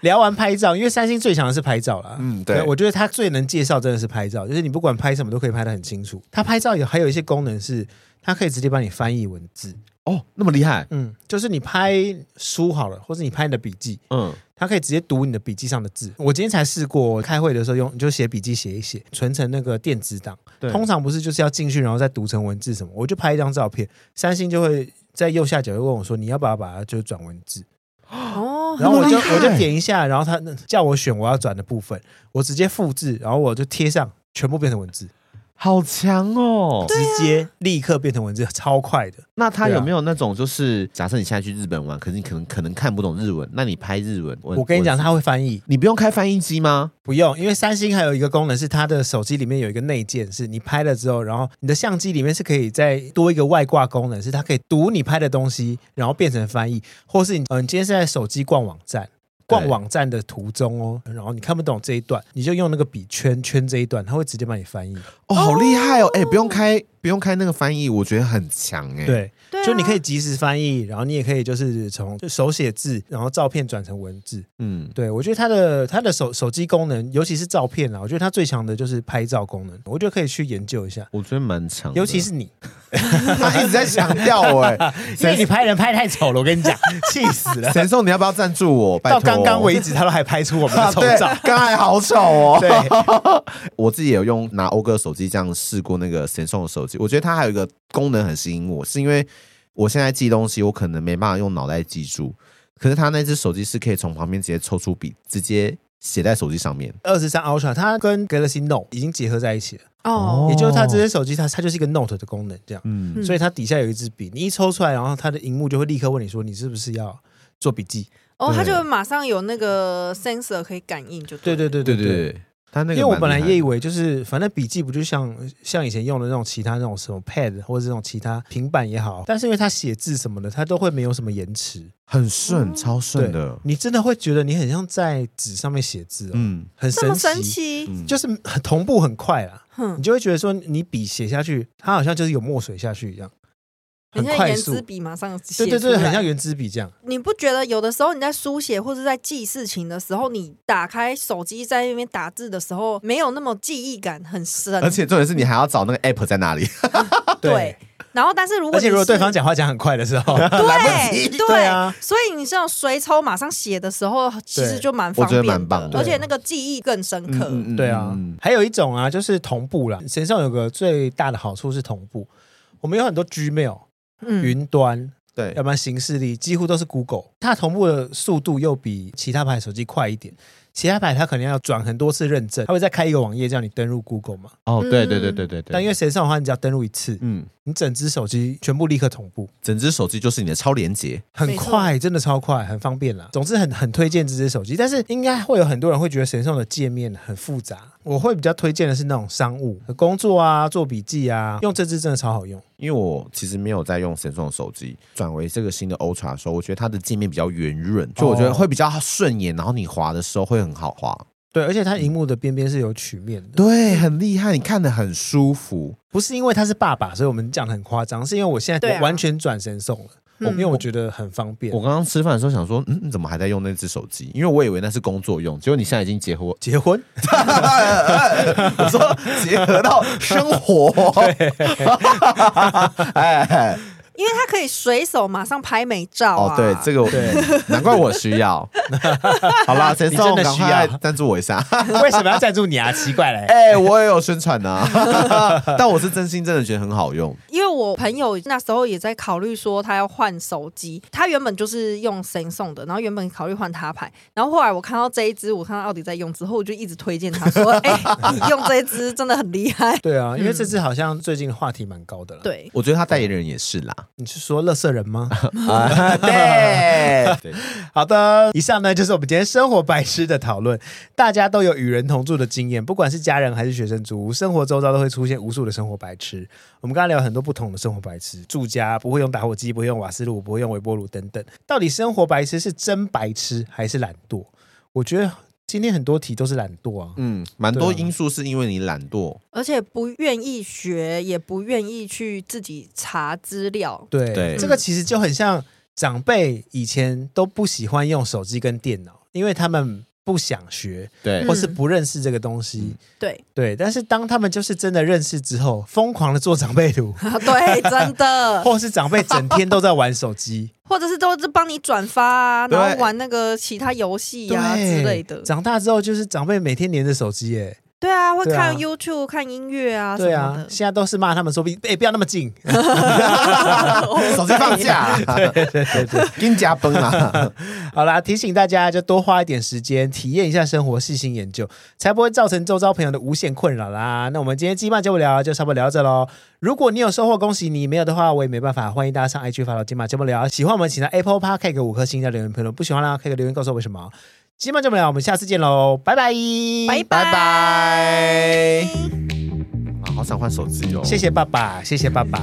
[SPEAKER 2] 聊完拍照，因为三星最强的是拍照啦。
[SPEAKER 3] 嗯对
[SPEAKER 2] 我觉得它最能介绍真的是拍照，就是你不管拍什么都可以拍得很清楚。它拍照有还有一些功能是，它可以直接帮你翻译文字。
[SPEAKER 3] 哦，那么厉害。
[SPEAKER 2] 嗯，就是你拍书好了，或者你拍你的笔记，
[SPEAKER 3] 嗯，
[SPEAKER 2] 它可以直接读你的笔记上的字。我今天才试过，我开会的时候用，就写笔记写一写，存成那个电子档。
[SPEAKER 3] 对
[SPEAKER 2] 通常不是就是要进去，然后再读成文字什么，我就拍一张照片，三星就会。在右下角就问我说：“你要不要把它就是转文字
[SPEAKER 1] 哦？”，
[SPEAKER 2] 然后我就
[SPEAKER 3] 那么厉害
[SPEAKER 2] 我就点一下，然后他叫我选我要转的部分，我直接复制，然后我就贴上，全部变成文字，
[SPEAKER 3] 好强哦。
[SPEAKER 2] 直接立刻变成文字，超快的。
[SPEAKER 3] 那他
[SPEAKER 2] 对啊
[SPEAKER 3] 有没有那种，就是假设你现在去日本玩，可是你可能可能看不懂日文，那你拍日文，我
[SPEAKER 2] 我跟你讲，，他会翻译，
[SPEAKER 3] 你不用开翻译机吗？
[SPEAKER 2] 不用，因为三星还有一个功能是它的手机里面有一个内建，是你拍了之后，然后你的相机里面是可以再多一个外挂功能，是它可以读你拍的东西，然后变成翻译，或是你嗯、呃你今天是在手机逛网站。逛网站的途中哦，然后你看不懂这一段，你就用那个笔圈圈这一段，它会直接帮你翻译。
[SPEAKER 3] 哦，好厉害哦！哎、不用开，不用开那个翻译，我觉得很强哎、，
[SPEAKER 2] 对，
[SPEAKER 1] 对啊
[SPEAKER 2] 就你可以及时翻译，然后你也可以就是从就手写字，然后照片转成文字。
[SPEAKER 3] 嗯，
[SPEAKER 2] 对，我觉得它的它的手手机功能，尤其是照片啊，我觉得它最强的就是拍照功能，我觉得可以去研究一下。
[SPEAKER 3] 我觉得蛮强的，
[SPEAKER 2] 尤其是 你，
[SPEAKER 3] 他一直在强调哎、
[SPEAKER 2] 因为你拍人拍太丑了，我跟 你讲，气死了。
[SPEAKER 3] 神兽，你要不要赞助我？拜
[SPEAKER 2] 到
[SPEAKER 3] 托，
[SPEAKER 2] 刚刚为止，他都还拍出我们的
[SPEAKER 3] 啊，
[SPEAKER 2] 丑
[SPEAKER 3] 对
[SPEAKER 2] 照。，
[SPEAKER 3] 刚才好丑哦。
[SPEAKER 2] 对，
[SPEAKER 3] 我自己也有用拿欧哥手机这样试过那个神送的手机，我觉得它还有一个功能很吸引我，是因为我现在记东西，我可能没办法用脑袋记住，可是它那只手机是可以从旁边直接抽出笔，直接写在手机上面。
[SPEAKER 2] 二十三 Ultra 它跟 Galaxy Note 已经结合在一起了，
[SPEAKER 1] 哦，
[SPEAKER 2] 也就是它这些手机它它就是一个 Note 的功能，这样，
[SPEAKER 3] 嗯，
[SPEAKER 1] 嗯
[SPEAKER 2] 所以它底下有一支笔，你一抽出来，然后它的荧幕就会立刻问你说你是不是要做笔记？
[SPEAKER 1] 哦，
[SPEAKER 3] 对
[SPEAKER 1] 它就会马上有那个 sensor 可以感应，就
[SPEAKER 2] 对
[SPEAKER 1] 对
[SPEAKER 2] 对对对对。，
[SPEAKER 3] 它那个
[SPEAKER 2] 因为我本来
[SPEAKER 3] 蛮厉害的
[SPEAKER 2] 也以为就是，反正笔记不就像像以前用的那种其他那种什么 Pad 或者这种其他平板也好，但是因为它写字什么的，它都会没有什么延迟，
[SPEAKER 3] 很顺，
[SPEAKER 1] 嗯
[SPEAKER 3] 超
[SPEAKER 2] 对
[SPEAKER 3] 顺的，
[SPEAKER 2] 你真的会觉得你很像在纸上面写字哦，
[SPEAKER 3] 嗯，
[SPEAKER 2] 很
[SPEAKER 1] 这么
[SPEAKER 2] 神
[SPEAKER 1] 神奇，
[SPEAKER 3] 嗯
[SPEAKER 2] 就是很同步很快啦，
[SPEAKER 1] 哼
[SPEAKER 2] 你，就会觉得说你笔写下去，它好像就是有墨水下去一样，很
[SPEAKER 1] 你看
[SPEAKER 2] 快
[SPEAKER 1] 颜
[SPEAKER 2] 速
[SPEAKER 1] 值。笔马上
[SPEAKER 2] 对
[SPEAKER 1] 写
[SPEAKER 2] 对对，
[SPEAKER 1] 出来
[SPEAKER 2] 很像圆珠笔这样。
[SPEAKER 1] 你不觉得有的时候你在书写或者在记事情的时候，你打开手机在那边打字的时候，没有那么记忆感很深，
[SPEAKER 3] 而且重点是你还要找那个 app 在哪里，
[SPEAKER 1] 啊对。然后，但是如果
[SPEAKER 2] 而且
[SPEAKER 1] 你
[SPEAKER 2] 如果对
[SPEAKER 1] 是
[SPEAKER 2] 方讲话讲很快的时候，
[SPEAKER 1] 对
[SPEAKER 2] 对啊
[SPEAKER 1] 所以你像随抽马上写的时候，其实就蛮
[SPEAKER 3] 我
[SPEAKER 1] 方
[SPEAKER 3] 觉得
[SPEAKER 1] 便
[SPEAKER 3] 蛮棒的
[SPEAKER 1] 而且那个记忆更深刻。
[SPEAKER 3] 嗯
[SPEAKER 2] 啊对啊，还有一种啊，就是同步啦。神上有个最大的好处是同步。我们有很多 Gmail、
[SPEAKER 1] 嗯，
[SPEAKER 2] 云端，
[SPEAKER 3] 对
[SPEAKER 2] 要不然形式力几乎都是 Google，它同步的速度又比其他牌手机快一点。其他牌它可能要转很多次认证，它会再开一个网页叫你登录 Google 嘛。
[SPEAKER 3] 哦，对对对
[SPEAKER 1] 嗯
[SPEAKER 3] 对对对，
[SPEAKER 2] 但因为神上的话，你只要登录一次，
[SPEAKER 3] 嗯，
[SPEAKER 2] 你整只手机全部立刻同步，
[SPEAKER 3] 整只手机就是你的超连接，
[SPEAKER 2] 很快，真的超快，很方便啦。总之很很推荐这只手机，但是应该会有很多人会觉得神送的界面很复杂。我会比较推荐的是那种商务工作啊、做笔记啊，用这只真的超好用。
[SPEAKER 3] 因为我其实没有在用 Samsung 手机，转为这个新的 Ultra 的时候，我觉得它的界面比较圆润，就我觉得会比较顺眼，然后你滑的时候会很好滑。
[SPEAKER 2] 对，而且它荧幕的边边是有曲面的，
[SPEAKER 3] 对，很厉害，你看的很舒服。
[SPEAKER 2] 不是因为它是爸爸，所以我们讲的很夸张，是因为我现
[SPEAKER 1] 对
[SPEAKER 2] 在
[SPEAKER 1] 啊嗯
[SPEAKER 2] 完全转神送了，哦因为我觉得很方便
[SPEAKER 3] 我。刚刚吃饭的时候想说，嗯，你怎么还在用那只手机？因为我以为那是工作用，结果你现在已经结合，
[SPEAKER 2] 结 婚，
[SPEAKER 3] 我说结合到生活， 哎，
[SPEAKER 1] 因为它可以随手马上拍美照
[SPEAKER 3] 哦
[SPEAKER 1] 啊。，
[SPEAKER 3] 对，这个我
[SPEAKER 2] 对
[SPEAKER 3] 难怪我需 要。好啦，谁送
[SPEAKER 2] 你真的
[SPEAKER 3] 赶
[SPEAKER 2] 需要
[SPEAKER 3] 快赞助我一下。
[SPEAKER 2] 为什么要赞助你啊？奇怪嘞！
[SPEAKER 3] 哎、 我也有宣传啊呐、 但我是真心真的觉得很好用。
[SPEAKER 1] 因为我朋友那时候也在考虑说他要换手机，他原本就是用 Samsung 的，然后原本考虑换他牌，然后后来我看到这一支，我看到奥迪在用之后，我就一直推荐他说：“哎、你用这一支真的很厉害。
[SPEAKER 2] 对啊，因为这只好像最近话题蛮高的”了。，
[SPEAKER 1] 对，
[SPEAKER 3] 我觉得他代言人也是啦。
[SPEAKER 2] 你是说乐色人吗？
[SPEAKER 3] 啊， 对，
[SPEAKER 2] 好的，以上呢就是我们今天生活白痴的讨论。大家都有与人同住的经验，不管是家人还是学生族，生活周遭都会出现无数的生活白痴。我们刚才聊很多不同的生活白痴，住家不会用打火机，不会用瓦斯炉，不会用微波炉等等。到底生活白痴是真白痴还是懒惰？我觉得今天很多题都是懒惰啊。
[SPEAKER 3] 嗯，蛮多
[SPEAKER 2] 对啊
[SPEAKER 3] 因素是因为你懒惰，
[SPEAKER 1] 而且不愿意学，也不愿意去自己查资料。
[SPEAKER 2] 对，
[SPEAKER 3] 对
[SPEAKER 2] 这个其实就很像长辈以前都不喜欢用手机跟电脑，因为他们不想学
[SPEAKER 3] 对
[SPEAKER 2] 或是不认识这个东西。
[SPEAKER 1] 对，
[SPEAKER 2] 对，但是当他们就是真的认识之后，疯狂的做长 辈图，
[SPEAKER 1] 啊对， 真的，
[SPEAKER 2] 或是长辈整天都在玩手机，
[SPEAKER 1] 或者是都是帮你转发啊，
[SPEAKER 3] 对
[SPEAKER 1] 然后玩那个其他游戏啊
[SPEAKER 2] 对
[SPEAKER 1] 之类的。
[SPEAKER 2] 长大之后就是长辈每天黏着手机，哎，
[SPEAKER 1] 对啊，会
[SPEAKER 2] 对啊
[SPEAKER 1] 看 YouTube、看音乐啊什
[SPEAKER 2] 对
[SPEAKER 1] 么
[SPEAKER 2] 啊
[SPEAKER 1] 的，。
[SPEAKER 2] 现在都是骂他们说，哎，不要那么近，
[SPEAKER 3] 啊 手机放下，对对对，跟加崩啊，
[SPEAKER 2] 好啦，提醒大家就多花一点时间体验一下生活，细心研究，才不会造成周遭朋友的无限困扰啦。那我们今天羁绊就不聊，啊就差不多聊这喽。如果你有收获，恭喜你；没有的话，我也没办法。欢迎大家上 IG 发到今晚节目聊。喜欢我们，请到 Apple Park 给个五颗星加留言评论；不喜欢啦，可以留言告诉我为什么。今晚就不聊，我们下次见喽，拜拜，
[SPEAKER 1] 拜
[SPEAKER 3] 拜拜。啊，好想换手机哦！
[SPEAKER 2] 谢，谢爸爸，谢谢爸爸。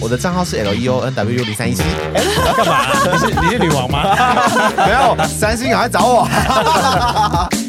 [SPEAKER 3] 我的账号是 L E O N W 零三一七，
[SPEAKER 2] 干嘛？你是你是女王吗？
[SPEAKER 3] 没有，三星赶快找我。